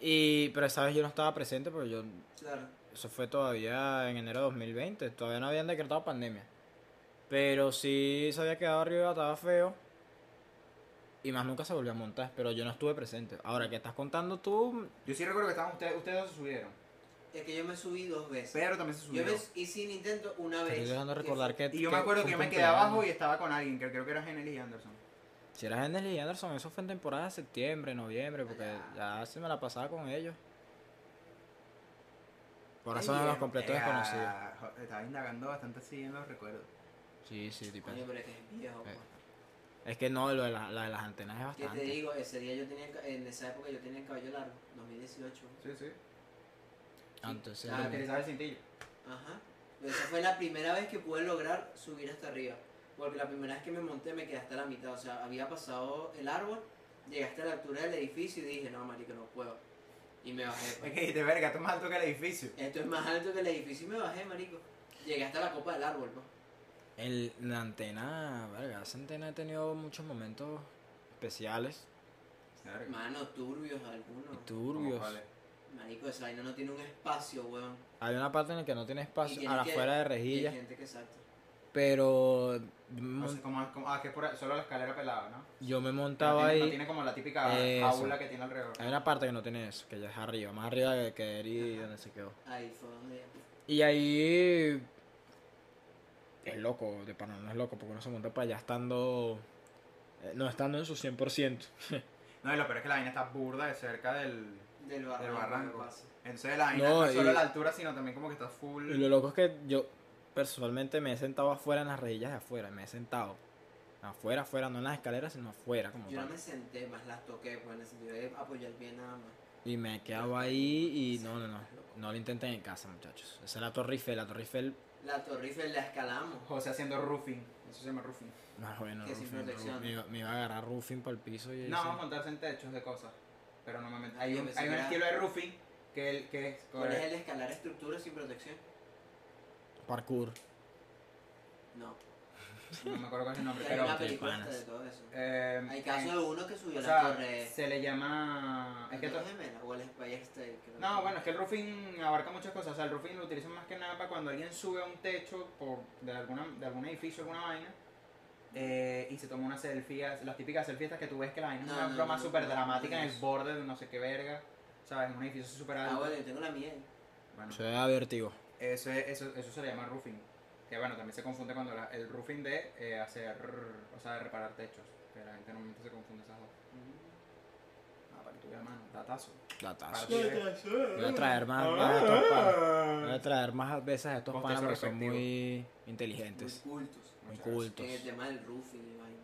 [SPEAKER 4] y pero esa vez yo no estaba presente porque yo
[SPEAKER 1] Claro.
[SPEAKER 4] eso fue todavía en enero de 2020, todavía no habían decretado pandemia. Pero sí se había quedado arriba, estaba feo. Y más nunca se volvió a montar, pero yo no estuve presente. Ahora que estás contando tú,
[SPEAKER 2] Yo sí recuerdo que estaban ustedes, ustedes dos se subieron.
[SPEAKER 1] Es que yo me subí dos veces.
[SPEAKER 2] Pedro también se
[SPEAKER 1] yo
[SPEAKER 2] subió.
[SPEAKER 1] me hice un intento una
[SPEAKER 4] te
[SPEAKER 1] vez.
[SPEAKER 4] estoy dejando recordar que
[SPEAKER 2] Y yo me acuerdo que yo me quedé abajo y estaba con alguien, que creo que era Genelis y Anderson.
[SPEAKER 4] Si era Henderson y Anderson, eso fue en temporada de septiembre, noviembre, porque ya se me la pasaba con ellos. Por eso no los completó desconocidos.
[SPEAKER 2] desconocido. Estaba indagando bastante así en los recuerdos.
[SPEAKER 4] Sí, sí, tipo.
[SPEAKER 1] Coño, pero es que es viejo,
[SPEAKER 4] Eh,
[SPEAKER 1] pues.
[SPEAKER 4] Es que no, lo de la, la de las antenas es
[SPEAKER 1] ¿Qué te
[SPEAKER 4] bastante.
[SPEAKER 1] digo? Ese día yo tenía, el ca- en esa época yo tenía el cabello largo, 2018.
[SPEAKER 2] Sí, sí.
[SPEAKER 4] Ah, entonces,
[SPEAKER 1] Ah,
[SPEAKER 2] Ah,
[SPEAKER 1] bien.
[SPEAKER 2] utilizaba el cintillo.
[SPEAKER 1] Ajá. Pero esa fue la primera vez que pude lograr subir hasta arriba. Porque la primera vez que me monté me quedé hasta la mitad. O sea, había pasado el árbol, llegué hasta la altura del edificio y dije, no, marico, no puedo. Y me bajé. pues.
[SPEAKER 2] Es que dijiste, verga, esto es más alto que el edificio.
[SPEAKER 1] Esto es más alto que el edificio y me bajé, marico. Llegué hasta la copa del árbol, pues. ¿no?
[SPEAKER 4] el, la antena, verga, esa antena ha tenido muchos momentos especiales
[SPEAKER 2] Verga.
[SPEAKER 1] Mano, turbios
[SPEAKER 4] y
[SPEAKER 1] algunos.
[SPEAKER 4] turbios.
[SPEAKER 2] ¿Cómo cuál
[SPEAKER 1] Marico, esa vaina no tiene un espacio, weón.
[SPEAKER 4] Hay una parte en la que no tiene espacio,
[SPEAKER 1] tienes
[SPEAKER 4] a la
[SPEAKER 1] que-
[SPEAKER 4] afuera de
[SPEAKER 1] Y hay
[SPEAKER 4] rejilla,
[SPEAKER 1] gente que salta.
[SPEAKER 4] pero
[SPEAKER 2] es?
[SPEAKER 4] mon-
[SPEAKER 2] O sea, como, como- ah, que es por, solo la escalera pelada, ¿no?
[SPEAKER 4] yo me
[SPEAKER 2] no
[SPEAKER 4] montaba
[SPEAKER 2] tiene,
[SPEAKER 4] ahí. Eh,
[SPEAKER 2] No tiene como la típica
[SPEAKER 4] Eso. Eh.
[SPEAKER 2] aula que tiene alrededor.
[SPEAKER 4] Hay una parte que no tiene eso, que ya es arriba, más arriba de que Eri donde se quedó.
[SPEAKER 1] Ahí fue donde.
[SPEAKER 4] Y ahí es loco, de pana no es loco, porque uno se monta para allá estando, eh, no estando en su 100%.
[SPEAKER 2] No, y lo peor es que la vaina está burda de cerca del,
[SPEAKER 1] Del barranco.
[SPEAKER 2] del barranco.
[SPEAKER 1] que pasa.
[SPEAKER 2] Entonces la vaina
[SPEAKER 4] No,
[SPEAKER 2] no es solo
[SPEAKER 4] y-
[SPEAKER 2] la altura, sino también como que está full.
[SPEAKER 4] Y lo loco es que yo personalmente me he sentado afuera en las rejillas de afuera, me he sentado afuera, afuera, no en las escaleras, sino afuera como
[SPEAKER 1] Yo no
[SPEAKER 4] tal.
[SPEAKER 1] me senté, más las toqué, pues en el sentido de apoyar bien nada más.
[SPEAKER 4] Y me he quedado ahí y no, no, no, no lo intenten en casa, muchachos. Esa es la Torre Eiffel, la Torre Eiffel,
[SPEAKER 1] La Torre Eiffel la escalamos.
[SPEAKER 2] José haciendo roofing. Eso se llama roofing.
[SPEAKER 4] no, bueno,
[SPEAKER 1] Que sin
[SPEAKER 4] roofing,
[SPEAKER 1] protección.
[SPEAKER 4] me, iba- me iba a agarrar roofing para el piso y
[SPEAKER 2] No,
[SPEAKER 4] eso.
[SPEAKER 2] vamos a montarse en techos de cosas. Pero normalmente hay
[SPEAKER 1] Yo
[SPEAKER 2] un,
[SPEAKER 1] pensé
[SPEAKER 2] hay
[SPEAKER 1] que
[SPEAKER 2] un
[SPEAKER 1] era-
[SPEAKER 2] estilo de roofing que, el- que es.
[SPEAKER 1] ¿Cuál es el escalar estructura sin protección?
[SPEAKER 4] parkour.
[SPEAKER 1] No.
[SPEAKER 2] No me acuerdo cuál es el nombre,
[SPEAKER 1] Hay
[SPEAKER 2] pero.
[SPEAKER 1] una
[SPEAKER 4] de
[SPEAKER 1] película
[SPEAKER 4] panas.
[SPEAKER 1] hasta de todo eso.
[SPEAKER 2] eh,
[SPEAKER 1] Hay caso
[SPEAKER 2] en-
[SPEAKER 1] de uno que subió
[SPEAKER 2] O
[SPEAKER 1] a
[SPEAKER 2] sea,
[SPEAKER 1] la torre.
[SPEAKER 2] se le llama. Es que to-
[SPEAKER 1] ¿La Torre Gemela o el Empire State? creo
[SPEAKER 2] No,
[SPEAKER 1] que- Ah,
[SPEAKER 2] bueno, es que el roofing abarca muchas cosas. O sea, el roofing lo utilizan más que nada para cuando alguien sube a un techo por, de, alguna, de algún edificio, alguna vaina, eh, y se toma una selfie, las típicas selfies estas que tú ves que la vaina
[SPEAKER 1] No,
[SPEAKER 2] es una
[SPEAKER 1] no,
[SPEAKER 2] broma
[SPEAKER 1] no,
[SPEAKER 2] súper
[SPEAKER 1] no,
[SPEAKER 2] dramática
[SPEAKER 1] no,
[SPEAKER 2] en
[SPEAKER 1] no.
[SPEAKER 2] el borde de no sé qué verga, ¿sabes? En un edificio súper
[SPEAKER 1] Ah,
[SPEAKER 2] alto.
[SPEAKER 1] bueno, yo tengo la mía. ahí.
[SPEAKER 2] Bueno,
[SPEAKER 4] Se da vértigo.
[SPEAKER 2] eso, es- eso, eso se le llama roofing. Que bueno, también se confunde cuando la- el roofing de eh, hacer, o sea, de reparar techos. Que la gente normalmente se confunde esas dos. Ah, para que tú veas, mano, datazo.
[SPEAKER 4] Datazo.
[SPEAKER 2] Para que veas.
[SPEAKER 4] Voy a traer
[SPEAKER 1] Ah,
[SPEAKER 4] más, más de estos panas. Voy a traer más veces a estos
[SPEAKER 2] Contexto
[SPEAKER 4] panas porque son
[SPEAKER 2] respectivo.
[SPEAKER 4] muy
[SPEAKER 1] Muy
[SPEAKER 4] inteligentes,
[SPEAKER 1] cultos.
[SPEAKER 4] muy
[SPEAKER 2] Muchas gracias. Eh,
[SPEAKER 4] cultos.
[SPEAKER 1] En el tema del roofing y vaina.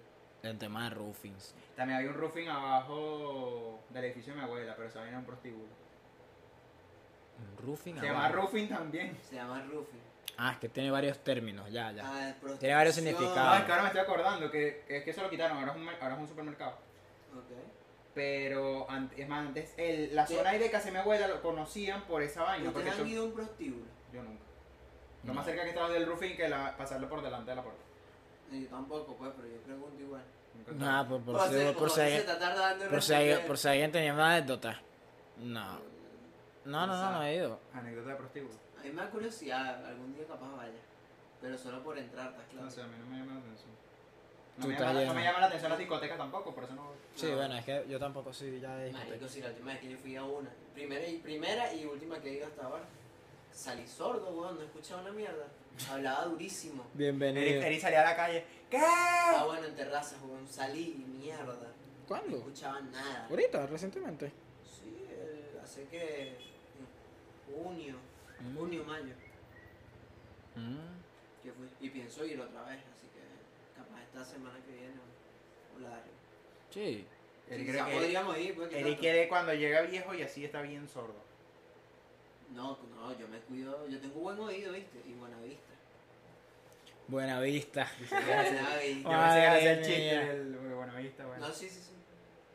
[SPEAKER 4] El tema de roofings.
[SPEAKER 2] También había un roofing abajo del edificio de mi abuela, pero esa vaina era un prostíbulo.
[SPEAKER 4] Un Roofing.
[SPEAKER 2] Se llama
[SPEAKER 4] abajo.
[SPEAKER 2] roofing también.
[SPEAKER 1] Se llama roofing.
[SPEAKER 4] Ah, es que tiene varios términos, ya, ya.
[SPEAKER 1] Ah,
[SPEAKER 4] Tiene varios
[SPEAKER 1] protección.
[SPEAKER 2] Ah,
[SPEAKER 4] significados.
[SPEAKER 2] es que ahora me estoy acordando que, que es que eso lo quitaron, ahora es un, mer- ahora es un supermercado.
[SPEAKER 1] Ok.
[SPEAKER 2] Pero an- es más, antes el- la
[SPEAKER 1] Sí.
[SPEAKER 2] zona ahí de casa de mi abuela lo conocían por esa vaina. Porque
[SPEAKER 1] ¿Ustedes
[SPEAKER 2] eso-
[SPEAKER 1] han ido a un prostíbulo?
[SPEAKER 2] yo nunca.
[SPEAKER 4] No.
[SPEAKER 2] Lo más cerca que estaba del roofing que la, pasarlo por delante de la puerta.
[SPEAKER 1] No, Yo tampoco, pues, pero yo pregunto igual.
[SPEAKER 2] Nunca
[SPEAKER 4] Nah, por, por,
[SPEAKER 1] O
[SPEAKER 4] si,
[SPEAKER 1] sea,
[SPEAKER 4] por
[SPEAKER 1] como
[SPEAKER 4] si
[SPEAKER 1] que
[SPEAKER 4] alguien-
[SPEAKER 1] se está tardando en
[SPEAKER 4] por si alguien-
[SPEAKER 1] responder.
[SPEAKER 4] por si alguien tenía una anécdota. No. No, no, no, no he ido.
[SPEAKER 2] Anécdota de prostíbulo.
[SPEAKER 1] A mí me da curiosidad, algún día capaz vaya. Pero solo por entrar, ¿estás claro?
[SPEAKER 2] No sé, a mí no me llama la atención. No
[SPEAKER 4] Tú
[SPEAKER 2] me,
[SPEAKER 4] estás
[SPEAKER 2] llama, la-
[SPEAKER 4] lleno. Eh.
[SPEAKER 2] no me llama la atención las discotecas tampoco, por eso no.
[SPEAKER 4] Sí,
[SPEAKER 1] No.
[SPEAKER 4] bueno, es que yo tampoco soy ya de discoteca.
[SPEAKER 1] Marico, si la última vez que yo fui a una, primera y, primera y última que he ido hasta ahora, salí sordo, weón, no escuchaba una mierda. Hablaba durísimo.
[SPEAKER 4] Bienvenido.
[SPEAKER 2] Eric, Eric salía a la calle. ¿Qué?
[SPEAKER 1] Ah, bueno, en terrazas, weón, salí y mierda. No
[SPEAKER 4] ¿Cuándo?
[SPEAKER 1] escuchaba nada.
[SPEAKER 4] ¿Ahorita? ¿Recientemente?
[SPEAKER 1] Sí, el- hace que. junio, junio, mayo,
[SPEAKER 4] Mm.
[SPEAKER 1] que fui. Y pienso ir otra vez, así que capaz esta semana que viene o- o la de.
[SPEAKER 4] Sí.
[SPEAKER 2] Eric creo
[SPEAKER 1] Sí, quizá
[SPEAKER 2] que-
[SPEAKER 1] podríamos ir, pues. ¿qué
[SPEAKER 2] Eric
[SPEAKER 1] tanto?
[SPEAKER 2] quiere cuando llega viejo y así está bien sordo.
[SPEAKER 1] No, pues no, yo me cuido, yo tengo buen oído, ¿viste? Y buena vista.
[SPEAKER 4] Buena vista.
[SPEAKER 1] Buena vista.
[SPEAKER 2] Yo pensé que era
[SPEAKER 4] Madre
[SPEAKER 2] hacer el chiste
[SPEAKER 4] mía.
[SPEAKER 2] del muy buena vista, Ah, bueno.
[SPEAKER 1] No, sí, sí, sí.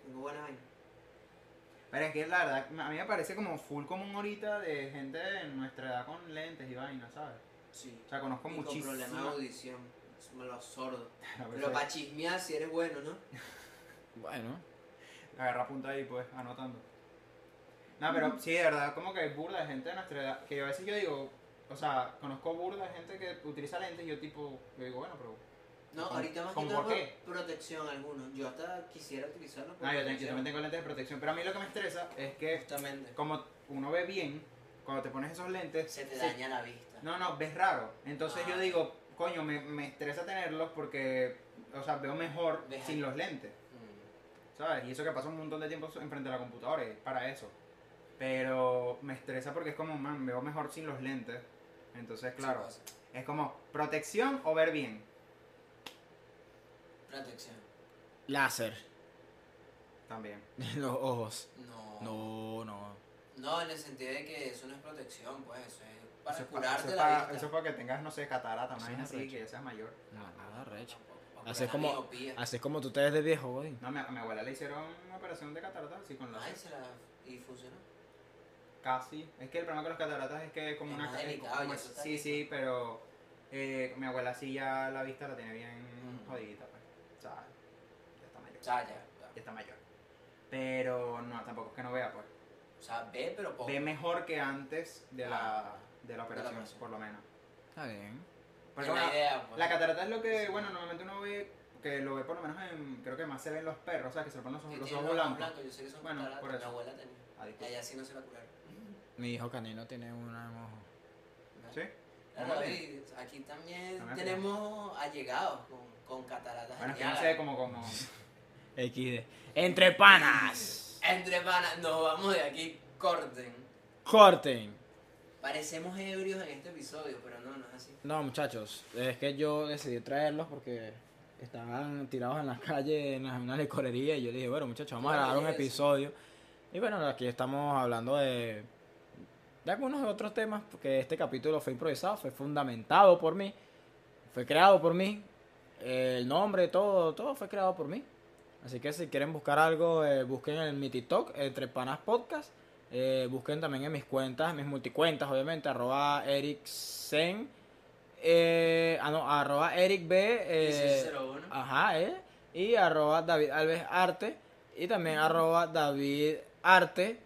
[SPEAKER 1] Tengo buena vaina.
[SPEAKER 2] Pero es que la verdad, a mí me parece como full común ahorita de gente de nuestra edad con lentes y vainas, ¿sabes?
[SPEAKER 1] Sí.
[SPEAKER 2] O sea, conozco
[SPEAKER 1] Y con
[SPEAKER 2] muchísimas.
[SPEAKER 1] problemas de audición. Me los sordos.
[SPEAKER 2] No, pero
[SPEAKER 1] Pero
[SPEAKER 2] eso
[SPEAKER 1] para chismear si eres bueno, ¿no?
[SPEAKER 4] Bueno.
[SPEAKER 2] es- Agarra punta ahí, pues, anotando. No, pero sí, de verdad, como que hay burda de gente de nuestra edad. Que yo a veces yo digo, o sea, conozco burda de gente que utiliza lentes y yo tipo, yo digo, bueno, pero...
[SPEAKER 1] No,
[SPEAKER 2] ¿Con-
[SPEAKER 1] ahorita más que
[SPEAKER 2] con
[SPEAKER 1] nada
[SPEAKER 2] por qué?
[SPEAKER 1] por protección algunos. Yo hasta quisiera utilizarlo por
[SPEAKER 2] Ah, yo, también- yo
[SPEAKER 1] protección.
[SPEAKER 2] también tengo lentes de protección. Pero a mí lo que me estresa es que
[SPEAKER 1] Justamente.
[SPEAKER 2] como uno ve bien, cuando te pones esos lentes,
[SPEAKER 1] Se te daña la vista.
[SPEAKER 2] No, no, ves raro. Entonces
[SPEAKER 1] Ah.
[SPEAKER 2] yo digo, coño, me, me estresa tenerlos porque, o sea, veo mejor
[SPEAKER 1] Ves
[SPEAKER 2] sin los lentes.
[SPEAKER 1] Mm,
[SPEAKER 2] ¿sabes? Y eso que pasa un montón de tiempo enfrente de la computadora, es para eso. Pero me estresa porque es como, man, me veo mejor sin los lentes. Entonces, claro,
[SPEAKER 1] Sí, pues. pasa.
[SPEAKER 2] es como protección o ver bien.
[SPEAKER 1] Protección.
[SPEAKER 4] Láser
[SPEAKER 2] También.
[SPEAKER 4] en los ojos.
[SPEAKER 1] No.
[SPEAKER 4] No, no.
[SPEAKER 1] No, en el sentido de que eso no es protección, pues, eso es para
[SPEAKER 2] Eso es pa-
[SPEAKER 1] curarte
[SPEAKER 2] eso es
[SPEAKER 1] la
[SPEAKER 2] pa-
[SPEAKER 1] vista.
[SPEAKER 2] Eso es para que tengas, no sé, catarata,
[SPEAKER 4] Eso
[SPEAKER 2] más
[SPEAKER 4] no
[SPEAKER 2] así,
[SPEAKER 4] arrecho.
[SPEAKER 2] que ya seas mayor.
[SPEAKER 4] No, nada, recho.
[SPEAKER 1] Para
[SPEAKER 4] Hacer
[SPEAKER 1] curar
[SPEAKER 4] como-
[SPEAKER 1] la miopía.
[SPEAKER 4] Así es como tú te ves de viejo, Godín.
[SPEAKER 2] No, mi, a mi abuela le hicieron una operación de catarata, así con
[SPEAKER 1] Ay,
[SPEAKER 2] láser.
[SPEAKER 1] se la... y funcionó.
[SPEAKER 2] Casi. Es que el problema con las cataratas es que es como
[SPEAKER 1] Es
[SPEAKER 2] una...
[SPEAKER 1] más
[SPEAKER 2] ca- es
[SPEAKER 1] delicado,
[SPEAKER 2] como
[SPEAKER 1] ya
[SPEAKER 2] es-
[SPEAKER 1] eso está
[SPEAKER 2] sí,
[SPEAKER 1] listo.
[SPEAKER 2] sí, pero eh, mi abuela sí ya la vista la tiene bien
[SPEAKER 1] Ujú.
[SPEAKER 2] jodidita, pues. O sea, ya está mayor.
[SPEAKER 1] O sea, ya, ya.
[SPEAKER 2] Ya está mayor. Pero no, tampoco es que no vea, pues.
[SPEAKER 1] O sea, ve, pero poco.
[SPEAKER 2] Ve mejor que antes de la,
[SPEAKER 1] Oh. Ah.
[SPEAKER 2] de la operación,
[SPEAKER 1] operación.
[SPEAKER 2] por lo menos.
[SPEAKER 4] Está bien.
[SPEAKER 2] Porque,
[SPEAKER 1] Es la
[SPEAKER 2] bueno,
[SPEAKER 1] idea, pues.
[SPEAKER 2] La catarata es lo que, bueno, normalmente uno ve, que lo ve por lo menos en, creo que más se ven los perros, o sea, que se le ponen los,
[SPEAKER 1] Que
[SPEAKER 2] ojos- los
[SPEAKER 1] tiene
[SPEAKER 2] ojos blancos.
[SPEAKER 1] Yo sé que son
[SPEAKER 2] Bueno,
[SPEAKER 1] cataratas,
[SPEAKER 2] por eso.
[SPEAKER 1] Mi abuela tenía.
[SPEAKER 2] Ah,
[SPEAKER 1] Y
[SPEAKER 2] disculpa.
[SPEAKER 1] allá sí no se la curaron.
[SPEAKER 4] Mi hijo canino tiene una en ojo.
[SPEAKER 2] ¿Sí?
[SPEAKER 1] Claro,
[SPEAKER 2] Ajá.
[SPEAKER 1] David, aquí también
[SPEAKER 2] No me
[SPEAKER 1] tenemos allegados con, con cataratas.
[SPEAKER 2] Bueno, es que no
[SPEAKER 1] Niágara.
[SPEAKER 2] sé, como, como,
[SPEAKER 4] XD. Entre panas.
[SPEAKER 1] Entre panas, nos vamos de aquí, corten.
[SPEAKER 4] Corten.
[SPEAKER 1] Parecemos ebrios en este episodio, pero no, no es así.
[SPEAKER 4] No, muchachos, es que yo decidí traerlos porque estaban tirados en la calle, en la- una licorería, y yo le dije, bueno, muchachos, vamos a grabar un
[SPEAKER 1] Oye, eso.
[SPEAKER 4] episodio. Y bueno, aquí estamos hablando de, de algunos otros temas, porque este capítulo fue improvisado, fue fundamentado por mí, fue creado por mí, el nombre, todo, todo fue creado por mí. Así que si quieren buscar algo, eh, busquen en mi TikTok, Entre Panas Podcast. Eh, busquen también en mis cuentas, en mis multicuentas, obviamente, arroba ericsen, eh, ah, no, arroba ericb, eh,
[SPEAKER 1] 1601.
[SPEAKER 2] ah,
[SPEAKER 4] ajá, eh, y arroba David Alves Arte, y también arroba David Arte,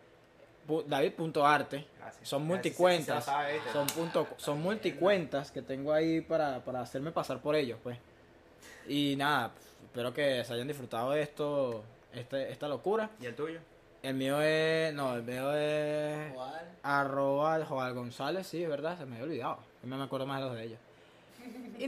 [SPEAKER 4] pu- David.arte.
[SPEAKER 2] gracias. Gracias,
[SPEAKER 4] Son multicuentas,
[SPEAKER 2] sí, sí, se la sabe, este. ¿viste?
[SPEAKER 4] Son, punto, son multicuentas que tengo ahí para, para hacerme pasar por ellos, pues. Y nada, espero que se hayan disfrutado de esto, este, esta locura.
[SPEAKER 2] ¿Y el tuyo?
[SPEAKER 4] El mío es. No, el mío
[SPEAKER 2] eh.
[SPEAKER 4] es.
[SPEAKER 1] ¿Cuál?
[SPEAKER 4] Arroba Joal González, sí, es verdad, se me había olvidado. No me acuerdo más de los de ellos. Y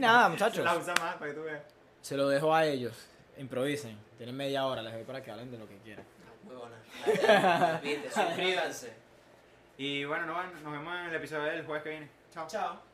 [SPEAKER 4] nada, muchachos,
[SPEAKER 2] La usa más para que tú veas.
[SPEAKER 4] se lo dejo a ellos. Improvisen, tienen media hora, les doy para que hablen de lo que quieran.
[SPEAKER 1] Huevona. Repite, Suscríbanse.
[SPEAKER 2] Y bueno, no, nos vemos en el episodio del jueves que viene. Chao.
[SPEAKER 1] Chao.